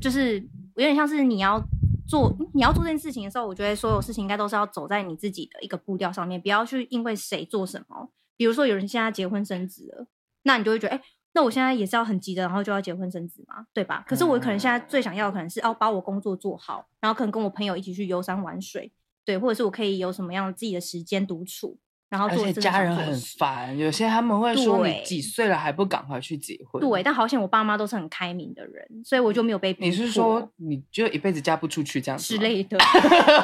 [SPEAKER 1] 就是有点像是你要。做你要做这件事情的时候，我觉得所有事情应该都是要走在你自己的一个步调上面，不要去因为谁做什么。比如说有人现在结婚生子了，那你就会觉得，哎、那我现在也是要很急的，然后就要结婚生子嘛，对吧？可是我可能
[SPEAKER 2] 嗯
[SPEAKER 1] 现在最想要的可能是要把我工作做好，然后可能跟我朋友一起去游山玩水，对，或者是我可以有什么样自己的时间独处，然后
[SPEAKER 2] 而
[SPEAKER 1] 做
[SPEAKER 2] 且
[SPEAKER 1] 真的想
[SPEAKER 2] 家人
[SPEAKER 1] 做的
[SPEAKER 2] 很
[SPEAKER 1] 事
[SPEAKER 2] 烦，有些他们会说你
[SPEAKER 1] 对
[SPEAKER 2] 几岁了还不赶快去结婚？
[SPEAKER 1] 对，但好险我爸妈都是很开明的人，所以我就没有被逼
[SPEAKER 2] 你是
[SPEAKER 1] 迫
[SPEAKER 2] 说你就一辈子嫁不出去这样子
[SPEAKER 1] 之
[SPEAKER 2] 吗？
[SPEAKER 1] 类的，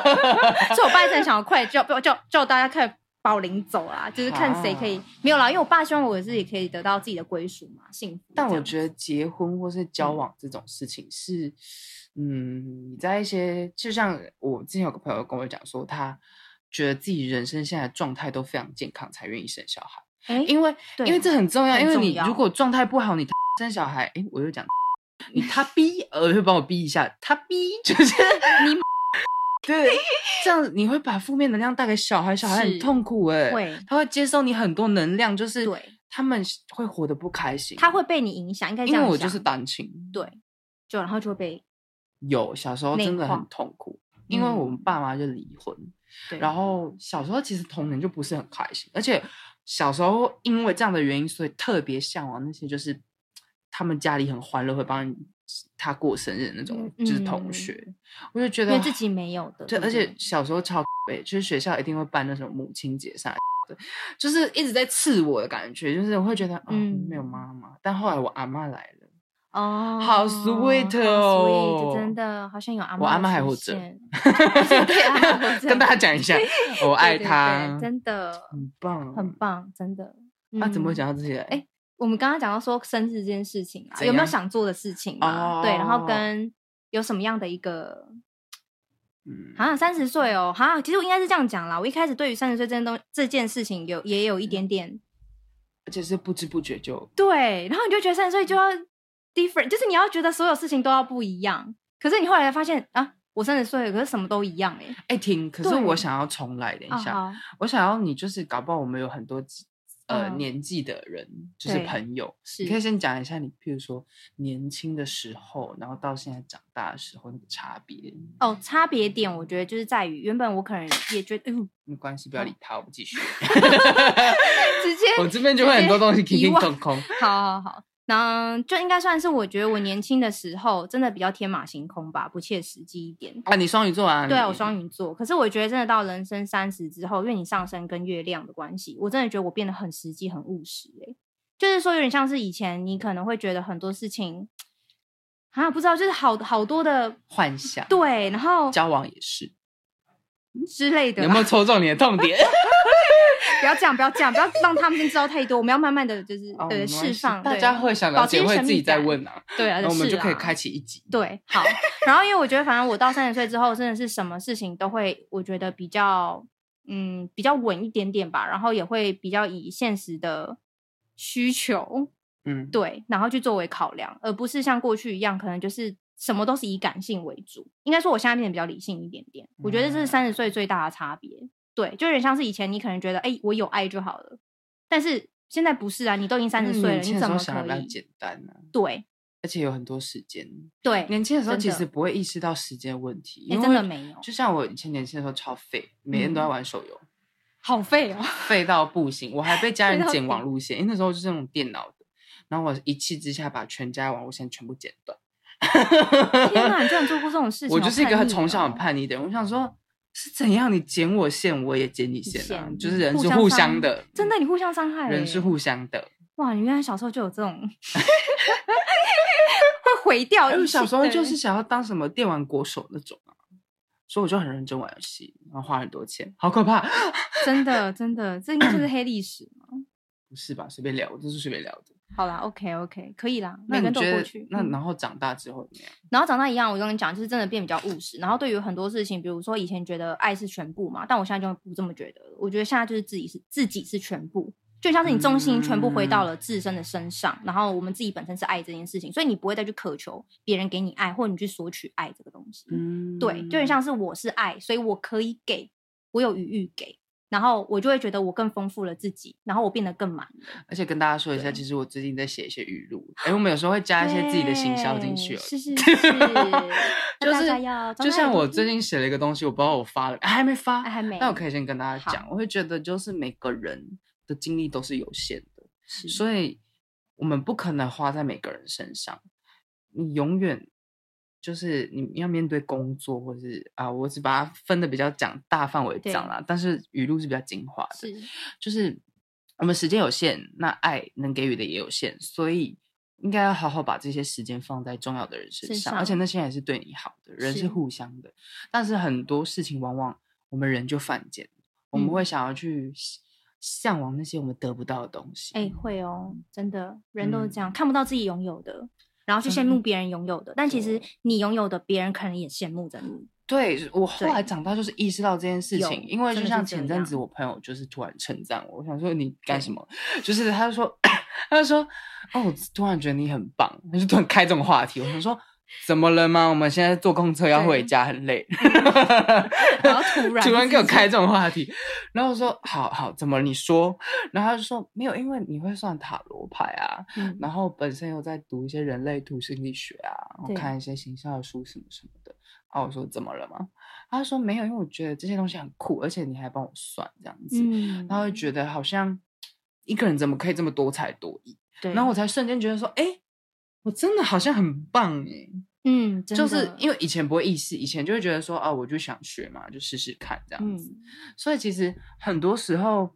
[SPEAKER 1] 所以我爸一直很想要快点叫叫叫大家快点把我领走啦，就是看谁可以、
[SPEAKER 2] 啊
[SPEAKER 1] 没有啦，因为我爸希望我自己可以得到自己的归属嘛，幸福这
[SPEAKER 2] 但
[SPEAKER 1] 样。嗯
[SPEAKER 2] 我觉得结婚或是交往这种事情是，嗯，你在一些就像我之前有个朋友跟我讲说，他觉得自己人生现在的状态都非常健康，才愿意生小孩，
[SPEAKER 1] 哎、
[SPEAKER 2] 因为因为
[SPEAKER 1] 对
[SPEAKER 2] 这很重要，
[SPEAKER 1] 很
[SPEAKER 2] 因为
[SPEAKER 1] 重
[SPEAKER 2] 你
[SPEAKER 1] 要
[SPEAKER 2] 如果状态不好，你 生小孩，哎，我又 讲你他逼，呃，就帮我逼一下，他逼 就是你。对，这样你会把负面能量带给小孩，小孩很
[SPEAKER 1] 是
[SPEAKER 2] 痛苦哎、
[SPEAKER 1] 会
[SPEAKER 2] 他会接收你很多能量，就是
[SPEAKER 1] 对
[SPEAKER 2] 他们会活得不开心，
[SPEAKER 1] 他会被你影响，应该这
[SPEAKER 2] 因
[SPEAKER 1] 样
[SPEAKER 2] 为我
[SPEAKER 1] 讲。
[SPEAKER 2] 就是单亲，
[SPEAKER 1] 对，就然后就会被
[SPEAKER 2] 有小时候
[SPEAKER 1] 内
[SPEAKER 2] 真的
[SPEAKER 1] 化嗯
[SPEAKER 2] 很痛苦，因为我们爸妈就离婚，
[SPEAKER 1] 对，
[SPEAKER 2] 然后小时候其实童年就不是很开心，而且小时候因为这样的原因，所以特别向往那些就是他们家里很欢乐，会帮你他过生日的那种，
[SPEAKER 1] 嗯
[SPEAKER 2] 就是
[SPEAKER 1] 嗯
[SPEAKER 2] 同学，我就觉
[SPEAKER 1] 因
[SPEAKER 2] 得
[SPEAKER 1] 为自己没有的，
[SPEAKER 2] 对，
[SPEAKER 1] 对不
[SPEAKER 2] 而且
[SPEAKER 1] 对
[SPEAKER 2] 小时候超北，就是学校一定会办那种母亲节啥的，就是一直在刺我的感觉，就是我会觉得嗯、没有
[SPEAKER 1] 嗯
[SPEAKER 2] 妈妈，但后来我阿妈来了。
[SPEAKER 1] 哦，
[SPEAKER 2] 好 sweet
[SPEAKER 1] 好 sweet，
[SPEAKER 2] 哦
[SPEAKER 1] 真的好像有阿嬷的出
[SPEAKER 2] 我
[SPEAKER 1] 现，
[SPEAKER 2] 阿嬷还活着
[SPEAKER 1] 对啊阿嬷活着
[SPEAKER 2] 跟大家讲一 下，我
[SPEAKER 1] 对
[SPEAKER 2] 爱
[SPEAKER 1] 对
[SPEAKER 2] 他
[SPEAKER 1] 对，真的
[SPEAKER 2] 很棒，
[SPEAKER 1] 很。棒，真的。
[SPEAKER 2] 那啊怎么会
[SPEAKER 1] 嗯？
[SPEAKER 2] 讲到这些？
[SPEAKER 1] 哎我们刚刚讲到说生日这件事情啊，
[SPEAKER 2] 怎
[SPEAKER 1] 有没有
[SPEAKER 2] 样
[SPEAKER 1] 想做的事情嘛？对，然后
[SPEAKER 2] 哦
[SPEAKER 1] 跟有什么样的一个
[SPEAKER 2] 嗯，
[SPEAKER 1] 啊，三十岁哦，哈，其实我应该是这样讲啦。我一开始对于三十岁这件东这件事情有也有一点点
[SPEAKER 2] 而且是不知不觉就
[SPEAKER 1] 对，然后你就觉得三十岁就要
[SPEAKER 2] 嗯
[SPEAKER 1] different，就是你要觉得所有事情都要不一样。可是你后来才发现啊，我三十岁了，可是什么都一样哎、欸。
[SPEAKER 2] 哎停。可是
[SPEAKER 1] 对
[SPEAKER 2] 我想要重来，等
[SPEAKER 1] 啊
[SPEAKER 2] 一下，
[SPEAKER 1] 好
[SPEAKER 2] 我想要你就是搞不好我们有很多呃
[SPEAKER 1] 嗯
[SPEAKER 2] 年纪的人，就是
[SPEAKER 1] 对
[SPEAKER 2] 朋友，
[SPEAKER 1] 是
[SPEAKER 2] 你可以先讲一下你，譬如说年轻的时候，然后到现在长大的时候你的差别。
[SPEAKER 1] 哦，差别点我觉得就是在于，原本我可能也觉 得，哎呦，
[SPEAKER 2] 没关系，不要理他，我们继 续。
[SPEAKER 1] 直 接
[SPEAKER 2] 我这边就会很多东西
[SPEAKER 1] 直接
[SPEAKER 2] 叮叮
[SPEAKER 1] 遗忘
[SPEAKER 2] 空空。
[SPEAKER 1] 好好好，那就应该算是我觉得我年轻的时候真的比较天马行空吧，不切实际一点。
[SPEAKER 2] 啊，你双鱼座啊？
[SPEAKER 1] 对啊，我
[SPEAKER 2] 你
[SPEAKER 1] 双鱼座。可是我觉得真的到人生三十之后，因为你上升跟月亮的关系，我真的觉得我变得很实际、很务实、欸。就是说有点像是以前你可能会觉得很多事情啊，不知道，就是好好多的
[SPEAKER 2] 幻想，
[SPEAKER 1] 对，然后
[SPEAKER 2] 交往也是。
[SPEAKER 1] 之类的
[SPEAKER 2] 有
[SPEAKER 1] 啦。
[SPEAKER 2] 没有戳中你的痛 点？
[SPEAKER 1] 不要这样，不要这样，不要让他们先知道太多。我们要慢慢的就是、
[SPEAKER 2] 哦没
[SPEAKER 1] 对
[SPEAKER 2] 关系
[SPEAKER 1] 释放，
[SPEAKER 2] 大
[SPEAKER 1] 对
[SPEAKER 2] 家会想了
[SPEAKER 1] 保
[SPEAKER 2] 解，
[SPEAKER 1] 持
[SPEAKER 2] 会
[SPEAKER 1] 神
[SPEAKER 2] 自己
[SPEAKER 1] 秘
[SPEAKER 2] 再
[SPEAKER 1] 感
[SPEAKER 2] 问啊。
[SPEAKER 1] 对啊，
[SPEAKER 2] 那我们
[SPEAKER 1] 是
[SPEAKER 2] 就可以
[SPEAKER 1] 啦
[SPEAKER 2] 开启一集。
[SPEAKER 1] 对，好。然后因为我觉得，反正我到三十岁之后，真的是什么事情都会，我觉得比较，嗯，比较稳一点点吧。然后也会比较以现实的需求
[SPEAKER 2] 嗯，
[SPEAKER 1] 对，然后去作为考量，而不是像过去一样，可能就是什么都是以感性为主。应该说，我现在变得比较理性一点点。我觉得这是
[SPEAKER 2] 嗯
[SPEAKER 1] 三十岁最大的差别。对，就有点像是以前你可能觉得，哎、我有爱就好了，但是现在不是啊，你都已经三十
[SPEAKER 2] 嗯
[SPEAKER 1] 岁了，
[SPEAKER 2] 年轻
[SPEAKER 1] 你
[SPEAKER 2] 的
[SPEAKER 1] 怎
[SPEAKER 2] 时候
[SPEAKER 1] 么
[SPEAKER 2] 想的比
[SPEAKER 1] 可
[SPEAKER 2] 较
[SPEAKER 1] 以？
[SPEAKER 2] 简单呢、
[SPEAKER 1] 对
[SPEAKER 2] 而且有很多时间。
[SPEAKER 1] 对，
[SPEAKER 2] 年轻的时候
[SPEAKER 1] 真
[SPEAKER 2] 其
[SPEAKER 1] 的
[SPEAKER 2] 实不会意识到时间问题，
[SPEAKER 1] 哎、
[SPEAKER 2] 因为
[SPEAKER 1] 真的没有， 嗯
[SPEAKER 2] 就像我以前年轻的时候超废，每天都在玩手游，
[SPEAKER 1] 好废哦。
[SPEAKER 2] 废到不行。我还被家
[SPEAKER 1] 废
[SPEAKER 2] 人
[SPEAKER 1] 到
[SPEAKER 2] 剪网
[SPEAKER 1] 底
[SPEAKER 2] 路线，因为那时候就是那种电脑的。然后我一气之下把全家网路线全部剪断。
[SPEAKER 1] 天哪，你居然做过这种事情！
[SPEAKER 2] 我就是一
[SPEAKER 1] 好
[SPEAKER 2] 个
[SPEAKER 1] 叛逆
[SPEAKER 2] 从小很
[SPEAKER 1] 哦
[SPEAKER 2] 叛逆的人，我想说是怎样，你剪我线，我也剪你
[SPEAKER 1] 你
[SPEAKER 2] 线啊，
[SPEAKER 1] 线
[SPEAKER 2] 就是
[SPEAKER 1] 嗯
[SPEAKER 2] 人
[SPEAKER 1] 互
[SPEAKER 2] 是
[SPEAKER 1] 相
[SPEAKER 2] 互
[SPEAKER 1] 伤
[SPEAKER 2] 相的，
[SPEAKER 1] 真的，你互相伤害、欸，
[SPEAKER 2] 人是互相的。
[SPEAKER 1] 哇！你原来小时候就有 这种，会毁掉
[SPEAKER 2] 因
[SPEAKER 1] 一
[SPEAKER 2] 为
[SPEAKER 1] 切。
[SPEAKER 2] 哎小时候就
[SPEAKER 1] 对
[SPEAKER 2] 是想要当什么电玩国手那种啊，所以我就很认真玩游戏，然后花很多钱，好可怕！
[SPEAKER 1] 真的，真的，这应该就是黑历史嘛。
[SPEAKER 2] 不是吧？随便聊，我就是随便聊的。
[SPEAKER 1] 好啦，OK OK，可以啦，
[SPEAKER 2] 那
[SPEAKER 1] 每个
[SPEAKER 2] 你
[SPEAKER 1] 人都
[SPEAKER 2] 觉
[SPEAKER 1] 有过
[SPEAKER 2] 得
[SPEAKER 1] 去。
[SPEAKER 2] 那
[SPEAKER 1] 嗯
[SPEAKER 2] 然后长大之后怎么样？
[SPEAKER 1] 然后长大一样，我跟你讲，就是真的变比较务实。然后对于很多事情，比如说以前觉得爱是全部嘛，但我现在就不这么觉得了。我觉得现在就是自己是自己是全部，就像是你重心全部回到了自身
[SPEAKER 2] 嗯
[SPEAKER 1] 的身上，然后我们自己本身是爱这件事情，所以你不会再去渴求别人给你爱，或者你去索取爱这个东西。
[SPEAKER 2] 嗯
[SPEAKER 1] 对，就很像是我是爱，所以我可以给，我有余裕给，然后我就会觉得我更丰富了自己，然后我变得更满。
[SPEAKER 2] 而且跟大家说一下，
[SPEAKER 1] 对
[SPEAKER 2] 其实我最近在写一些语录，哎，我们有时候会加一些自己的行销进去
[SPEAKER 1] 对
[SPEAKER 2] 哦。
[SPEAKER 1] 是是 是 是，
[SPEAKER 2] 就
[SPEAKER 1] 大
[SPEAKER 2] 是
[SPEAKER 1] 家要
[SPEAKER 2] 就像我最
[SPEAKER 1] 近
[SPEAKER 2] 近写了一个东西，我不知道我发了，哎还没发，
[SPEAKER 1] 哎还没，
[SPEAKER 2] 那我可以先跟大家
[SPEAKER 1] 好
[SPEAKER 2] 讲，我会觉得就是每个人的精力都是有限的，
[SPEAKER 1] 是
[SPEAKER 2] 所以我们不可能花在每个人身上。你永远就是你要面对工作，或是啊，我只把它分的比较讲大范围
[SPEAKER 1] 对
[SPEAKER 2] 讲啦，但是语录是比较精华的，
[SPEAKER 1] 是
[SPEAKER 2] 就是我们时间有限，那爱能给予的也有限，所以。应该要好好把这些时间放在重要的人身
[SPEAKER 1] 身
[SPEAKER 2] 上，而且
[SPEAKER 1] 上
[SPEAKER 2] 那些人是对你好的，人是
[SPEAKER 1] 是
[SPEAKER 2] 互相的。但是很多事情往往我们人就犯贱，我们会想要去向往那些我们得不到的东西。
[SPEAKER 1] 哎、会哦，真的，人都是这
[SPEAKER 2] 嗯
[SPEAKER 1] 样，看不到自己拥有的，然后去羡
[SPEAKER 2] 真
[SPEAKER 1] 慕别人拥有的，但其实你拥有的，别人可能也羡慕 着你。
[SPEAKER 2] 对我后
[SPEAKER 1] 对
[SPEAKER 2] 来长大就是意识到这件事情
[SPEAKER 1] 有，
[SPEAKER 2] 因为就
[SPEAKER 1] 真的是
[SPEAKER 2] 像
[SPEAKER 1] 这
[SPEAKER 2] 前阵
[SPEAKER 1] 样
[SPEAKER 2] 子我朋友就是突然称赞我，我想说你干什
[SPEAKER 1] 对
[SPEAKER 2] 么？就是他就说他就说哦，我突然觉得你很棒，他就突然开这种话题，我想说。怎么了吗？我们现在坐公车要回
[SPEAKER 1] 对嗯
[SPEAKER 2] 家，很累。
[SPEAKER 1] 然后 突然
[SPEAKER 2] 突然给我
[SPEAKER 1] 自己
[SPEAKER 2] 开这种话题，然后我说好好，怎么了你说？然后他就说没有，因为你会算塔罗牌啊，
[SPEAKER 1] 嗯
[SPEAKER 2] 然后本身有在读一些人类图心理学啊，然后
[SPEAKER 1] 对
[SPEAKER 2] 看一些形象的书什么什么的。啊，我说怎么了吗？他说没有，因为我觉得这些东西很酷，而且你还帮我算这样子，
[SPEAKER 1] 嗯，
[SPEAKER 2] 然后就觉得好像一个人怎么可以这么多才多艺？
[SPEAKER 1] 对，
[SPEAKER 2] 然后我才瞬间觉得说，哎、我真的好像很棒哎、
[SPEAKER 1] 嗯，
[SPEAKER 2] 就是因
[SPEAKER 1] 为
[SPEAKER 2] 为以前不会意识，以前就会觉得说，哦，我就想学嘛，就试试看这样子。
[SPEAKER 1] 嗯
[SPEAKER 2] 所以其实很多时候，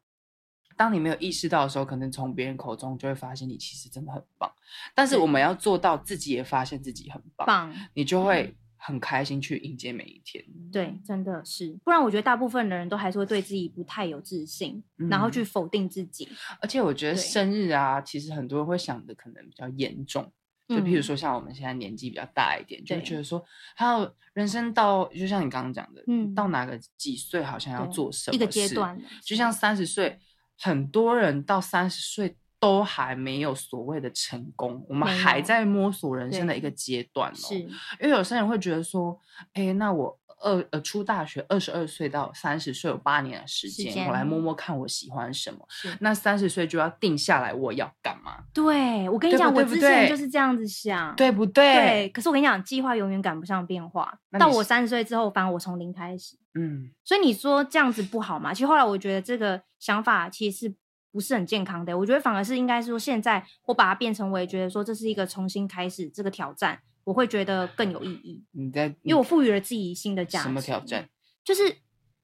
[SPEAKER 2] 当你没有意识到的时候，可能从别人口中就会发现你其实真的很棒。但是
[SPEAKER 1] 对
[SPEAKER 2] 我们要做到自己也发现自己很棒，
[SPEAKER 1] 棒，嗯
[SPEAKER 2] 你就会很开心去迎接每一天。
[SPEAKER 1] 对，真的是，不然我觉得大部分的人都还是会对自己不太有自信，然后
[SPEAKER 2] 嗯
[SPEAKER 1] 去否定自己。
[SPEAKER 2] 而且我觉得
[SPEAKER 1] 对
[SPEAKER 2] 生日啊，其实很多人会想的可能比较严重。就譬如
[SPEAKER 1] 嗯
[SPEAKER 2] 说，像我们现在年纪比较大一点，就会
[SPEAKER 1] 对
[SPEAKER 2] 觉得说，还有人生到，就像你刚刚讲的，
[SPEAKER 1] 嗯
[SPEAKER 2] 到哪个几岁好像要
[SPEAKER 1] 对
[SPEAKER 2] 做什么
[SPEAKER 1] 嗯一个阶
[SPEAKER 2] 事
[SPEAKER 1] 段了，
[SPEAKER 2] 就像三十岁，很多人到三十岁都还没有所谓的成功，我们
[SPEAKER 1] 没
[SPEAKER 2] 还
[SPEAKER 1] 有
[SPEAKER 2] 在摸索人生的
[SPEAKER 1] 对
[SPEAKER 2] 一个阶段哦。
[SPEAKER 1] 是
[SPEAKER 2] 因为有些人会觉得说，哎，那我二呃出大学二十二岁到三十岁有八年的时
[SPEAKER 1] 时
[SPEAKER 2] 间，我来
[SPEAKER 1] 间
[SPEAKER 2] 摸摸看我喜欢什么。
[SPEAKER 1] 是，
[SPEAKER 2] 那三十岁就要定下来我要干嘛，
[SPEAKER 1] 对我跟
[SPEAKER 2] 对不
[SPEAKER 1] 你讲，
[SPEAKER 2] 对
[SPEAKER 1] 我
[SPEAKER 2] 不
[SPEAKER 1] 之前
[SPEAKER 2] 对
[SPEAKER 1] 就是这样子想，
[SPEAKER 2] 对不
[SPEAKER 1] 对
[SPEAKER 2] 对？
[SPEAKER 1] 可是我跟你讲，计划永远赶不上变化
[SPEAKER 2] 那。
[SPEAKER 1] 到
[SPEAKER 2] 你
[SPEAKER 1] 我
[SPEAKER 2] 是
[SPEAKER 1] 三十岁之后，反而我从零开始。
[SPEAKER 2] 嗯，
[SPEAKER 1] 所以你说这样子不好嘛？其实后来我觉得这个想法其实是不是很健康的。我觉得反而是应该说，现在我把它变成为觉得说这是一个重新开始，这个挑战我会觉得更有意义，
[SPEAKER 2] 你在
[SPEAKER 1] 因为我赋予了自己新的
[SPEAKER 2] 你
[SPEAKER 1] 价值。
[SPEAKER 2] 嗯什么挑战？
[SPEAKER 1] 就是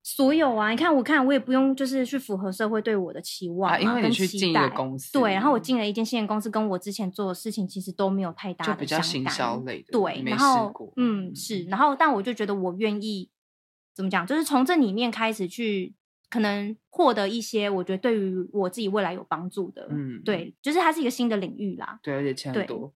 [SPEAKER 1] 所有啊，你看，我看我也不用就是去符合社会对我的期望
[SPEAKER 2] 啊？
[SPEAKER 1] 嘛、
[SPEAKER 2] 因为
[SPEAKER 1] 跟
[SPEAKER 2] 你去
[SPEAKER 1] 期
[SPEAKER 2] 进一个
[SPEAKER 1] 待
[SPEAKER 2] 公司，嗯
[SPEAKER 1] 对，然后我进了一间新的公司，跟我之前做的事情其实都没有太大的
[SPEAKER 2] 就比较
[SPEAKER 1] 相
[SPEAKER 2] 行
[SPEAKER 1] 干
[SPEAKER 2] 销类的，
[SPEAKER 1] 对，
[SPEAKER 2] 没
[SPEAKER 1] 然
[SPEAKER 2] 试
[SPEAKER 1] 后
[SPEAKER 2] 过，嗯
[SPEAKER 1] 嗯是，然后但我就觉得我愿意怎么讲，就是从这里面开始去可能获得一些我觉得对于我自己未来有帮助的，
[SPEAKER 2] 嗯，
[SPEAKER 1] 对，就是它是一个新的领域啦。
[SPEAKER 2] 对，而且钱
[SPEAKER 1] 对
[SPEAKER 2] 很多，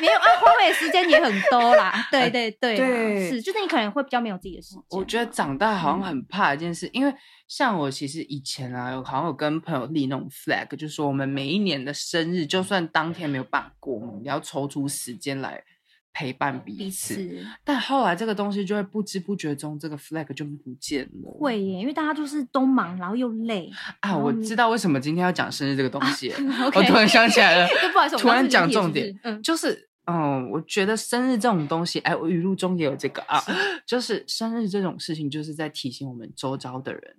[SPEAKER 1] 没有啊，花费的时间也很 多啦。对对对啦，
[SPEAKER 2] 呃对
[SPEAKER 1] 是，就是你可能会比较没有自己的时间。
[SPEAKER 2] 我觉得长大好像
[SPEAKER 1] 嗯
[SPEAKER 2] 很怕一件事，因为像我其实以前啊，有好像有跟朋友立那种 flag，就是说我们每一年的生日，就算当天没有办法过，我们也要抽出时间来陪伴
[SPEAKER 1] 彼
[SPEAKER 2] 彼此。
[SPEAKER 1] 此
[SPEAKER 2] 但后来这个东西就会不知不觉中，这个 flag 就不见了。
[SPEAKER 1] 会耶，因为大家就是都忙，然后又 累。
[SPEAKER 2] 啊，我知道为什么今天要讲生日这个东西了，
[SPEAKER 1] OK，，
[SPEAKER 2] 我哦突然想起来了
[SPEAKER 1] 就不好意思，我
[SPEAKER 2] 突
[SPEAKER 1] 刚
[SPEAKER 2] 然
[SPEAKER 1] 刚
[SPEAKER 2] 讲
[SPEAKER 1] 是不是
[SPEAKER 2] 重点，
[SPEAKER 1] 嗯，
[SPEAKER 2] 就是，嗯，我觉得生日这种东西，哎，我语录中也有这个啊，就是生日这种事情，就是在提醒我们周遭的人，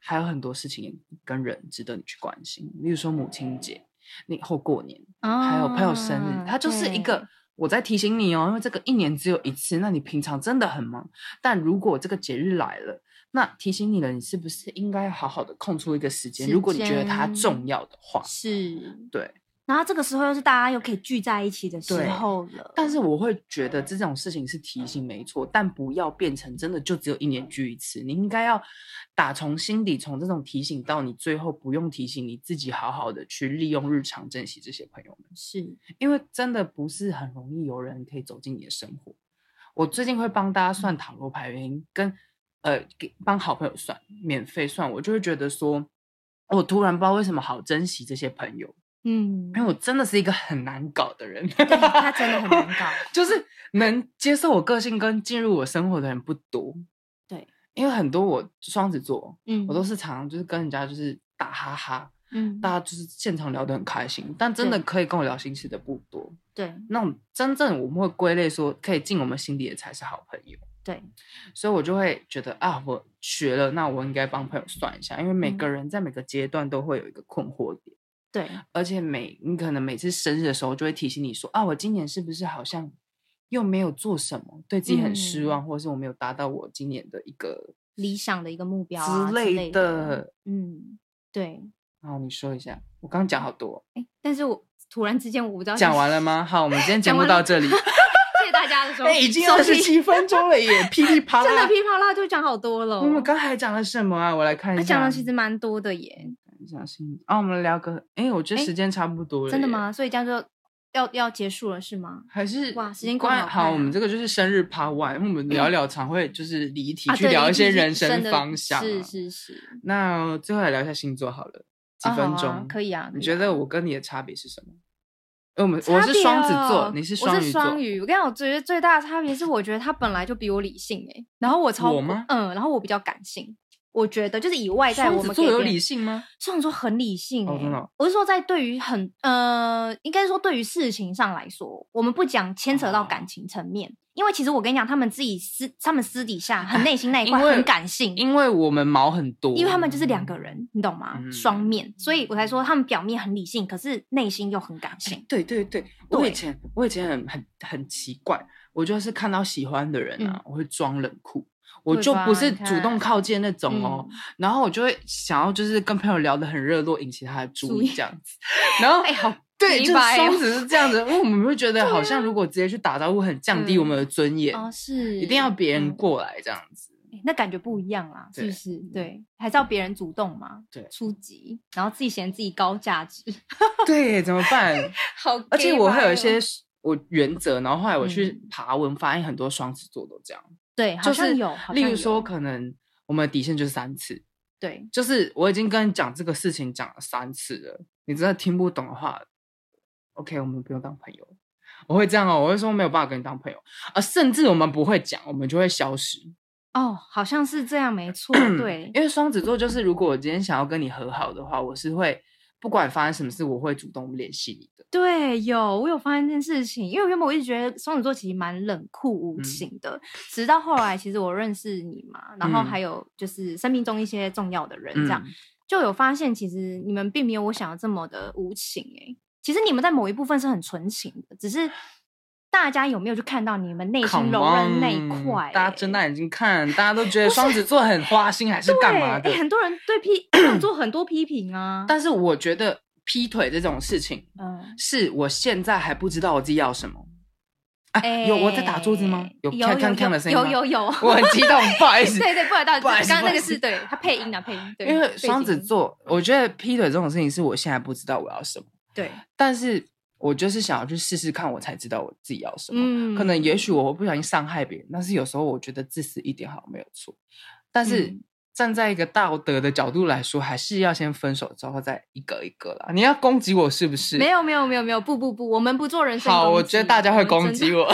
[SPEAKER 2] 还有很多事情跟人值得你去关心，例如说母亲节，你后过年，还有朋友生日
[SPEAKER 1] 啊，
[SPEAKER 2] 它就是一
[SPEAKER 1] 嗯对
[SPEAKER 2] 个。我在提醒你哦，因为这个一年只有一次，那你平常真的很忙。但如果这个节日来了，那提醒你了，你是不是应该好好的空出一个时间？
[SPEAKER 1] 时
[SPEAKER 2] 如果你觉得它
[SPEAKER 1] 间
[SPEAKER 2] 重要的话，
[SPEAKER 1] 是，
[SPEAKER 2] 对。
[SPEAKER 1] 然后这个时候又是大家又可以聚在一起的时
[SPEAKER 2] 对
[SPEAKER 1] 候了。
[SPEAKER 2] 但是我会觉得这种事情是提醒没错，但不要变成真的就只有一年聚一次。你应该要打从心底，从这种提醒到你最后不用提醒你自己，好好的去利用日常珍惜这些朋友们，
[SPEAKER 1] 是
[SPEAKER 2] 因为真的不是很容易有人可以走进你的生活。我最近会帮大家
[SPEAKER 1] 嗯
[SPEAKER 2] 算塔罗牌，原因跟呃给帮好朋友算，免费算，我就会觉得说，我突然不知道为什么好珍惜这些朋友，
[SPEAKER 1] 嗯，
[SPEAKER 2] 因为我真的是一个很难搞的人。
[SPEAKER 1] 对，他真的很难搞。
[SPEAKER 2] 就是能接受我个性跟进入我生活的人不多。
[SPEAKER 1] 对，
[SPEAKER 2] 因为很多我双子座，
[SPEAKER 1] 嗯，
[SPEAKER 2] 我都是常常就是跟人家就是打哈哈，
[SPEAKER 1] 嗯，
[SPEAKER 2] 大家就是现场聊得很开心，但真的
[SPEAKER 1] 对
[SPEAKER 2] 可以跟我聊心事的不多。
[SPEAKER 1] 对
[SPEAKER 2] 那种真正我们会归类说可以进我们心底的才是好朋友，
[SPEAKER 1] 对
[SPEAKER 2] 所以我就会觉得啊，我学了，那我应该帮朋友算一下，因为每
[SPEAKER 1] 嗯
[SPEAKER 2] 个人在每个阶段都会有一个困惑点。
[SPEAKER 1] 对，
[SPEAKER 2] 而且每你可能每次生日的时候，就会提醒你说啊，我今年是不是好像又没有做什么，对自己很失望，或者是我没有达到我今年的一个
[SPEAKER 1] 理想的一个嗯目标啊
[SPEAKER 2] 之
[SPEAKER 1] 类
[SPEAKER 2] 类的。
[SPEAKER 1] 嗯，对。
[SPEAKER 2] 然后你说一下，我刚刚讲好多，
[SPEAKER 1] 哎，但是我突然之间我不知道
[SPEAKER 2] 讲完了？吗？好，我们今天节
[SPEAKER 1] 哦 讲
[SPEAKER 2] 目
[SPEAKER 1] 完
[SPEAKER 2] 到
[SPEAKER 1] 了
[SPEAKER 2] 这 里，
[SPEAKER 1] 谢谢大家的收
[SPEAKER 2] 哎，已经
[SPEAKER 1] 收
[SPEAKER 2] 二十
[SPEAKER 1] 听
[SPEAKER 2] 七分钟了耶，噼里啪啦。
[SPEAKER 1] 真的噼啪啦就讲好多了。哦
[SPEAKER 2] 我们刚才讲了什么啊？我来看一
[SPEAKER 1] 他
[SPEAKER 2] 下。
[SPEAKER 1] 讲的其实蛮多的耶，
[SPEAKER 2] 讲心啊，我们聊个哎，我觉得
[SPEAKER 1] 哎
[SPEAKER 2] 时间差不多了。
[SPEAKER 1] 真的？吗？所以这样就要要结束了是吗？
[SPEAKER 2] 还是
[SPEAKER 1] 哇时间过得
[SPEAKER 2] 关
[SPEAKER 1] 好快
[SPEAKER 2] 好，我
[SPEAKER 1] 啊嗯
[SPEAKER 2] 们这个就是生日 Part One，因为我们聊聊常会就是离题
[SPEAKER 1] 啊，
[SPEAKER 2] 去
[SPEAKER 1] 对
[SPEAKER 2] 聊
[SPEAKER 1] 离
[SPEAKER 2] 一些
[SPEAKER 1] 题
[SPEAKER 2] 人
[SPEAKER 1] 是
[SPEAKER 2] 生
[SPEAKER 1] 真的
[SPEAKER 2] 方向啊。
[SPEAKER 1] 是是是，
[SPEAKER 2] 那最后来聊一下星座好了，几
[SPEAKER 1] 啊好
[SPEAKER 2] 分
[SPEAKER 1] 啊
[SPEAKER 2] 钟、
[SPEAKER 1] 可以啊可
[SPEAKER 2] 你
[SPEAKER 1] 以
[SPEAKER 2] 觉
[SPEAKER 1] 啊
[SPEAKER 2] 得我跟你的差别是什么？因为我们
[SPEAKER 1] 差
[SPEAKER 2] 我是
[SPEAKER 1] 别
[SPEAKER 2] 双子座
[SPEAKER 1] 哦，
[SPEAKER 2] 你是
[SPEAKER 1] 我
[SPEAKER 2] 双
[SPEAKER 1] 是
[SPEAKER 2] 鱼座，
[SPEAKER 1] 双鱼。我跟你讲，我觉得最大的差别是，我觉得他本来就比我理性哎、然后我超
[SPEAKER 2] 我吗
[SPEAKER 1] 嗯，然后我比较感性。我觉得就是以外在
[SPEAKER 2] 双
[SPEAKER 1] 我
[SPEAKER 2] 子
[SPEAKER 1] 们
[SPEAKER 2] 座
[SPEAKER 1] 给
[SPEAKER 2] 有
[SPEAKER 1] 别人
[SPEAKER 2] 理性吗？
[SPEAKER 1] 双子座很理性、欸
[SPEAKER 2] 哦真的哦
[SPEAKER 1] 我是说在对于很呃，应该说对于事情上来说，我们不讲牵扯到
[SPEAKER 2] 哦
[SPEAKER 1] 感情层面，因为其实我跟你讲，他们自己私他们私底 下很内心那一
[SPEAKER 2] 因
[SPEAKER 1] 块很
[SPEAKER 2] 为
[SPEAKER 1] 感性，
[SPEAKER 2] 因为我们毛很多，
[SPEAKER 1] 因为他们就是两个人，你懂吗？双
[SPEAKER 2] 嗯
[SPEAKER 1] 面，所以我才说他们表面很理性，可是内心又很感 性。
[SPEAKER 2] 哎对对对，我
[SPEAKER 1] 对
[SPEAKER 2] 以前我以前很很很奇怪，我就是看到喜欢的人啊，我会装冷酷，我
[SPEAKER 1] 嗯对
[SPEAKER 2] 就
[SPEAKER 1] 吧
[SPEAKER 2] 不是
[SPEAKER 1] 你
[SPEAKER 2] 主动
[SPEAKER 1] 看
[SPEAKER 2] 靠近那种哦，
[SPEAKER 1] 嗯
[SPEAKER 2] 然后我就会想要就是跟朋友聊得很热络，引起他的
[SPEAKER 1] 注
[SPEAKER 2] 注意
[SPEAKER 1] 意
[SPEAKER 2] 这样子，然后
[SPEAKER 1] 哎、好
[SPEAKER 2] 对，
[SPEAKER 1] 明
[SPEAKER 2] 就是
[SPEAKER 1] 白
[SPEAKER 2] 双
[SPEAKER 1] 哦啊
[SPEAKER 2] 子是这样子，因为我们会觉得好像如果直接去打招呼，很降低我们的尊严，
[SPEAKER 1] 哦，是
[SPEAKER 2] 一定要别人
[SPEAKER 1] 嗯
[SPEAKER 2] 过来这样子。
[SPEAKER 1] 欸那感觉不一样啦，是不
[SPEAKER 2] 对嗯
[SPEAKER 1] 是？对，还是要别人主动嘛，
[SPEAKER 2] 对
[SPEAKER 1] 出击，然后自己嫌自己高价值，
[SPEAKER 2] 对，怎么办？
[SPEAKER 1] 好。
[SPEAKER 2] 而且我会有一些我原则，然后后来我去
[SPEAKER 1] 嗯
[SPEAKER 2] 爬文，发现很多双子座都这样，
[SPEAKER 1] 对，好
[SPEAKER 2] 就
[SPEAKER 1] 像
[SPEAKER 2] 是
[SPEAKER 1] 有，好
[SPEAKER 2] 例
[SPEAKER 1] 像
[SPEAKER 2] 如说
[SPEAKER 1] 有
[SPEAKER 2] 可能。我们的底线就是三次，
[SPEAKER 1] 对，
[SPEAKER 2] 就是我已经跟你讲这个事情讲了三次了，你真的听不懂的话，OK，我们不用当朋友。我会这样哦，我会说没有办法跟你当朋友，啊，甚至我们不会讲，我们就会消失。
[SPEAKER 1] 哦，好像是这样，没 错，对，
[SPEAKER 2] 因为双子座就是，如果我今天想要跟你和好的话，我是会不管发生什么事，我会主动联系你的。
[SPEAKER 1] 对，有我有发现这件事情，因为原本我一直觉得双子座其实蛮冷酷无
[SPEAKER 2] 嗯
[SPEAKER 1] 情的，直到后来其实我认识你嘛，然后
[SPEAKER 2] 嗯
[SPEAKER 1] 还有就是生命中一些重要的人这样，
[SPEAKER 2] 嗯
[SPEAKER 1] 就有发现其实你们并没有我想的这么的无情哎、其实你们在某一部分是很纯情的，只是大家有没有去看到你们内心
[SPEAKER 2] Come
[SPEAKER 1] 柔韧那一
[SPEAKER 2] on，
[SPEAKER 1] 块、欸
[SPEAKER 2] 大家睁大眼睛看，大家都觉得双子座很花心还是
[SPEAKER 1] 对，
[SPEAKER 2] 干嘛
[SPEAKER 1] 哎、
[SPEAKER 2] 的？
[SPEAKER 1] 很多人对 批双子座很多批评啊，
[SPEAKER 2] 但啊是我觉得劈腿这种事情，
[SPEAKER 1] 嗯，
[SPEAKER 2] 是我现在还不知道我自己要什么，啊，有我在打桌子吗
[SPEAKER 1] 哎？
[SPEAKER 2] 有
[SPEAKER 1] 有
[SPEAKER 2] 看看看的声音
[SPEAKER 1] 有
[SPEAKER 2] 吗
[SPEAKER 1] 有有，
[SPEAKER 2] 我 很激动，不好意思，
[SPEAKER 1] 对对，不然到
[SPEAKER 2] 不好意
[SPEAKER 1] 刚
[SPEAKER 2] 思
[SPEAKER 1] 刚那
[SPEAKER 2] 不好
[SPEAKER 1] 个
[SPEAKER 2] 意思
[SPEAKER 1] 是对他配音啊配音，对，
[SPEAKER 2] 因为
[SPEAKER 1] 背景
[SPEAKER 2] 双子座，我觉得劈腿这种事情是我现在不知道我要什么，
[SPEAKER 1] 对，
[SPEAKER 2] 但是我就是想要去试试看，我才知道我自己要什么。
[SPEAKER 1] 嗯
[SPEAKER 2] 可能也许我会不小心伤害别人，但是有时候我觉得自私一点好像没有错。但是
[SPEAKER 1] 嗯
[SPEAKER 2] 站在一个道德的角度来说，还是要先分手之后再一个一个啦。你要攻击我是不是？
[SPEAKER 1] 没有没有没有没有，不不不，我们不做人身
[SPEAKER 2] 好，
[SPEAKER 1] 攻
[SPEAKER 2] 我
[SPEAKER 1] 击
[SPEAKER 2] 觉得大家会
[SPEAKER 1] 们
[SPEAKER 2] 攻
[SPEAKER 1] 尊
[SPEAKER 2] 击
[SPEAKER 1] 重，
[SPEAKER 2] 我。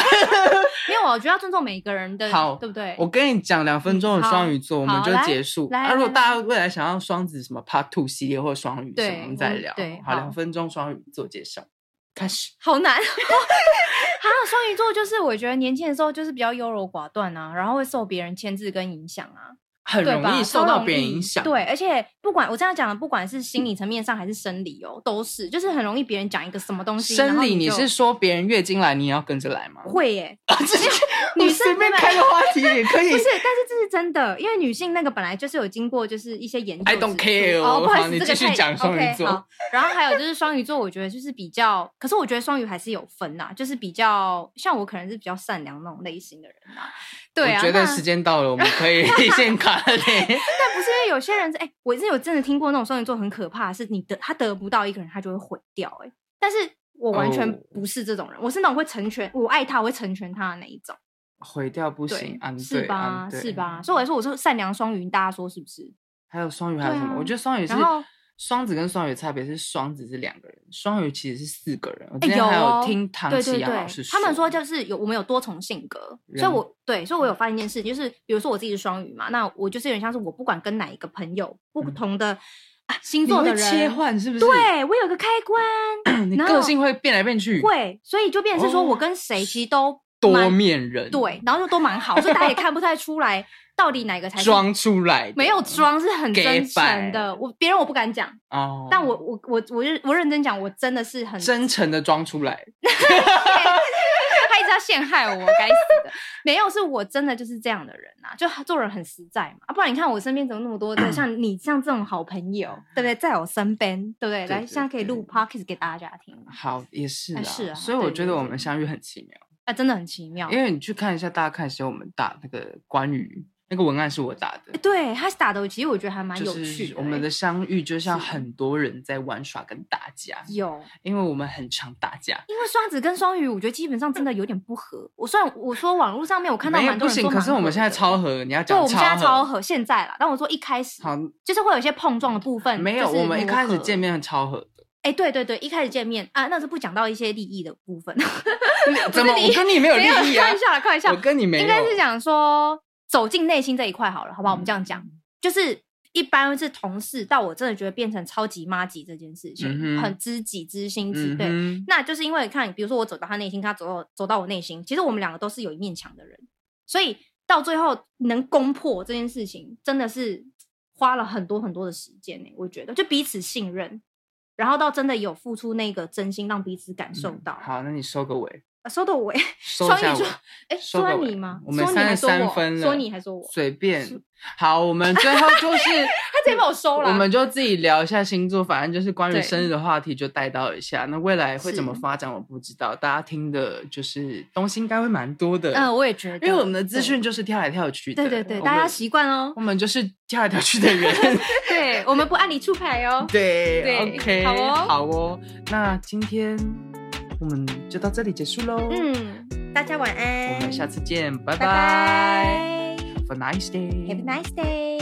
[SPEAKER 1] 没有，啊我觉得要尊重每个人的，
[SPEAKER 2] 好
[SPEAKER 1] 对不对？
[SPEAKER 2] 我跟你讲，两分钟的双鱼座，我们
[SPEAKER 1] 嗯好
[SPEAKER 2] 就
[SPEAKER 1] 来
[SPEAKER 2] 结束。
[SPEAKER 1] 来
[SPEAKER 2] 那、如果
[SPEAKER 1] 来
[SPEAKER 2] 大家未来想要双子什么 Part Two 系列或双鱼什
[SPEAKER 1] 对
[SPEAKER 2] 么，我们再
[SPEAKER 1] 我
[SPEAKER 2] 聊。
[SPEAKER 1] 对
[SPEAKER 2] 好，
[SPEAKER 1] 好
[SPEAKER 2] 两分钟双鱼座介绍开始。
[SPEAKER 1] 好难。哦 还有双鱼座，就是我觉得年轻的时候就是比较优柔寡断啊，然后会受别人牵制跟影响啊，
[SPEAKER 2] 很
[SPEAKER 1] 对
[SPEAKER 2] 容
[SPEAKER 1] 吧？
[SPEAKER 2] 易受
[SPEAKER 1] 超
[SPEAKER 2] 到
[SPEAKER 1] 容
[SPEAKER 2] 别人
[SPEAKER 1] 易
[SPEAKER 2] 影响。
[SPEAKER 1] 对，而且不管我这样讲的，不管是心理层面上还是生理哦，都是，就是很容易别人讲一个什么东西，然
[SPEAKER 2] 生
[SPEAKER 1] 后
[SPEAKER 2] 理
[SPEAKER 1] 你
[SPEAKER 2] 你
[SPEAKER 1] 就是
[SPEAKER 2] 说别人月经来，你也要跟着来吗？
[SPEAKER 1] 会耶、
[SPEAKER 2] 你
[SPEAKER 1] 女
[SPEAKER 2] 随
[SPEAKER 1] 生
[SPEAKER 2] 便
[SPEAKER 1] 对吧
[SPEAKER 2] 开个话题也可以
[SPEAKER 1] 不。是，但是这是真的，因为女性那个本来就是有经过就是一些研究
[SPEAKER 2] I
[SPEAKER 1] 指
[SPEAKER 2] don't
[SPEAKER 1] 出。
[SPEAKER 2] care
[SPEAKER 1] 哦，不好意
[SPEAKER 2] 好
[SPEAKER 1] 思，
[SPEAKER 2] 你
[SPEAKER 1] 这
[SPEAKER 2] 继
[SPEAKER 1] 个
[SPEAKER 2] 续
[SPEAKER 1] 太
[SPEAKER 2] 讲双鱼
[SPEAKER 1] OK，
[SPEAKER 2] 座
[SPEAKER 1] 好然后还有就是双鱼座，我觉得就是比较，可是我觉得双鱼还是有分呐、就是比较像我可能是比较善良那种类型的人呐、对啊，
[SPEAKER 2] 我觉得
[SPEAKER 1] 那
[SPEAKER 2] 时间到了，我们可以 先卡了。
[SPEAKER 1] 但不是因为有些人是，哎、我是有真的听过那种双鱼座很可怕的是，你得他得不到一个人，他就会毁掉、哎，但是我完全
[SPEAKER 2] 哦
[SPEAKER 1] 不是这种人，我是那种会成全，我爱他，我会成全他的那一种，
[SPEAKER 2] 毁掉不行
[SPEAKER 1] 对，，
[SPEAKER 2] 安
[SPEAKER 1] 是
[SPEAKER 2] 对
[SPEAKER 1] 吧
[SPEAKER 2] 安？对
[SPEAKER 1] 是？吧？所以我来说，我是善良双鱼，大家说是不是？
[SPEAKER 2] 还有双鱼还有
[SPEAKER 1] 对
[SPEAKER 2] 什么？
[SPEAKER 1] 啊
[SPEAKER 2] 我觉得双鱼是
[SPEAKER 1] 然后
[SPEAKER 2] 双子跟双鱼的差别是双子是两个人，双鱼其实是四个人。我之
[SPEAKER 1] 哎
[SPEAKER 2] 前
[SPEAKER 1] 有
[SPEAKER 2] 还
[SPEAKER 1] 哦
[SPEAKER 2] 听唐
[SPEAKER 1] 对
[SPEAKER 2] 启
[SPEAKER 1] 对
[SPEAKER 2] 阳
[SPEAKER 1] 对
[SPEAKER 2] 老师，
[SPEAKER 1] 他们说就是有我们有多重性格，所以
[SPEAKER 2] 人嗯
[SPEAKER 1] 我对，所以我有发现一件事，就是比如说我自己是双鱼嘛，那我就是有点像是我不管跟哪一个朋友，不
[SPEAKER 2] 嗯
[SPEAKER 1] 同的、啊星
[SPEAKER 2] 你
[SPEAKER 1] 座的
[SPEAKER 2] 会
[SPEAKER 1] 人
[SPEAKER 2] 切，换是不是？
[SPEAKER 1] 对我有个开关
[SPEAKER 2] 你
[SPEAKER 1] 然
[SPEAKER 2] 个
[SPEAKER 1] 后
[SPEAKER 2] 性会变来变去，
[SPEAKER 1] 会，所以就变成是说
[SPEAKER 2] 哦
[SPEAKER 1] 我跟谁其实都
[SPEAKER 2] 多
[SPEAKER 1] 蛮
[SPEAKER 2] 面人，
[SPEAKER 1] 对，，然后就都蛮好，所以大家也看不太出来到底哪个才是
[SPEAKER 2] 装出来的
[SPEAKER 1] 没有装是很
[SPEAKER 2] 给
[SPEAKER 1] 真诚
[SPEAKER 2] 白
[SPEAKER 1] 的，我别人我不敢讲，
[SPEAKER 2] 哦，
[SPEAKER 1] 但我我我我认我认真讲，我真的是很
[SPEAKER 2] 真诚的装出来，
[SPEAKER 1] 他一直要陷害我，该死的！没有，是我真的就是这样的人啊，就做人很实在嘛。啊、不然你看我身边怎么那么多 的像你像这种好朋友，对不对？在我身边，对不对？
[SPEAKER 2] 对
[SPEAKER 1] 来，
[SPEAKER 2] 对
[SPEAKER 1] 现在可以录
[SPEAKER 2] 对
[SPEAKER 1] podcast 给大家听
[SPEAKER 2] 好也是
[SPEAKER 1] 哎
[SPEAKER 2] 啊，
[SPEAKER 1] 是啊
[SPEAKER 2] 所以我
[SPEAKER 1] 对
[SPEAKER 2] 觉
[SPEAKER 1] 对
[SPEAKER 2] 得我
[SPEAKER 1] 对
[SPEAKER 2] 们相遇很奇妙，
[SPEAKER 1] 啊，真的很奇妙。
[SPEAKER 2] 因为你去看一下，大家看一下我们打那个关于那个文案是我打的，
[SPEAKER 1] 对他打的，其实我觉得还蛮有
[SPEAKER 2] 就
[SPEAKER 1] 趣
[SPEAKER 2] 是
[SPEAKER 1] 的欸。
[SPEAKER 2] 我们的相遇就像
[SPEAKER 1] 是
[SPEAKER 2] 很多人在玩耍跟打架，
[SPEAKER 1] 有，
[SPEAKER 2] 因为我们很常打架。
[SPEAKER 1] 因为双子跟双鱼，我觉得基本上真的有点不合。我虽然我说网络上面我看到
[SPEAKER 2] 没有
[SPEAKER 1] 蛮多
[SPEAKER 2] 不行，
[SPEAKER 1] 人说
[SPEAKER 2] 可是
[SPEAKER 1] 蛮
[SPEAKER 2] 我们
[SPEAKER 1] 合
[SPEAKER 2] 现在
[SPEAKER 1] 的
[SPEAKER 2] 超合，你要
[SPEAKER 1] 对，
[SPEAKER 2] 讲
[SPEAKER 1] 我们现在超
[SPEAKER 2] 合。
[SPEAKER 1] 合，现在啦。但我说一开始
[SPEAKER 2] 好，
[SPEAKER 1] 就是会有一些碰撞的部分，
[SPEAKER 2] 没有，
[SPEAKER 1] 就是
[SPEAKER 2] 我们一
[SPEAKER 1] 磨
[SPEAKER 2] 开始
[SPEAKER 1] 合
[SPEAKER 2] 见面超 合的。
[SPEAKER 1] 哎、对对对，一开始见面啊，那是不讲到一些利益的部 分，
[SPEAKER 2] 怎么？
[SPEAKER 1] 利
[SPEAKER 2] 我
[SPEAKER 1] 益
[SPEAKER 2] 跟你没 有利益
[SPEAKER 1] 开
[SPEAKER 2] 啊
[SPEAKER 1] 玩！笑啦，开玩笑
[SPEAKER 2] 我，跟你没有。嗯
[SPEAKER 1] 应该是讲说走进内心这一块好了，好不好？我们这样讲，就是一般是同事，到我真的觉得变成超级妈级这件事情，
[SPEAKER 2] 嗯哼
[SPEAKER 1] 很知己知心知
[SPEAKER 2] 嗯
[SPEAKER 1] 对。
[SPEAKER 2] 哼，
[SPEAKER 1] 那就是因为看，比如说我走到他内心，他走到走到我内心，其实我们两个都是有一面墙的人，所以到最后能攻破这件事情，真的是花了很多很多的时间呢、我觉得，就彼此信任，然后到真的有付出那个真心，让彼此感受到。
[SPEAKER 2] 嗯好，那你收个尾，
[SPEAKER 1] 啊收到我欸，
[SPEAKER 2] 收一
[SPEAKER 1] 双
[SPEAKER 2] 下
[SPEAKER 1] 鱼座
[SPEAKER 2] 尾。，
[SPEAKER 1] 哎，
[SPEAKER 2] 收
[SPEAKER 1] 说
[SPEAKER 2] 个尾
[SPEAKER 1] 你吗？
[SPEAKER 2] 我们
[SPEAKER 1] 说你还说
[SPEAKER 2] 33
[SPEAKER 1] 我
[SPEAKER 2] 分
[SPEAKER 1] 说
[SPEAKER 2] 了
[SPEAKER 1] 你还说我，
[SPEAKER 2] 随便。好，我们最后 就是
[SPEAKER 1] 他直接把我收了。
[SPEAKER 2] 我们就自己聊一下星座，反正就是关于
[SPEAKER 1] 对
[SPEAKER 2] 生日的话题就带到一下。那未来会
[SPEAKER 1] 是
[SPEAKER 2] 怎么发展，我不知道。大家听的就是东西应该会蛮多的，
[SPEAKER 1] 嗯，我也觉得，
[SPEAKER 2] 因为我们的资讯就是跳来跳去的。
[SPEAKER 1] 对对对，
[SPEAKER 2] 我
[SPEAKER 1] 大家
[SPEAKER 2] 们
[SPEAKER 1] 习惯哦
[SPEAKER 2] 我。们就是跳来跳去的 人。
[SPEAKER 1] 对我们不按理出牌哦。
[SPEAKER 2] 对
[SPEAKER 1] 对
[SPEAKER 2] o k
[SPEAKER 1] 好哦
[SPEAKER 2] 好哦。那今天我们就到这里结束喽。，
[SPEAKER 1] 嗯，大家晚安，
[SPEAKER 2] 我们下次见，拜
[SPEAKER 1] 拜拜
[SPEAKER 2] Have a nice day。
[SPEAKER 1] Have a nice day.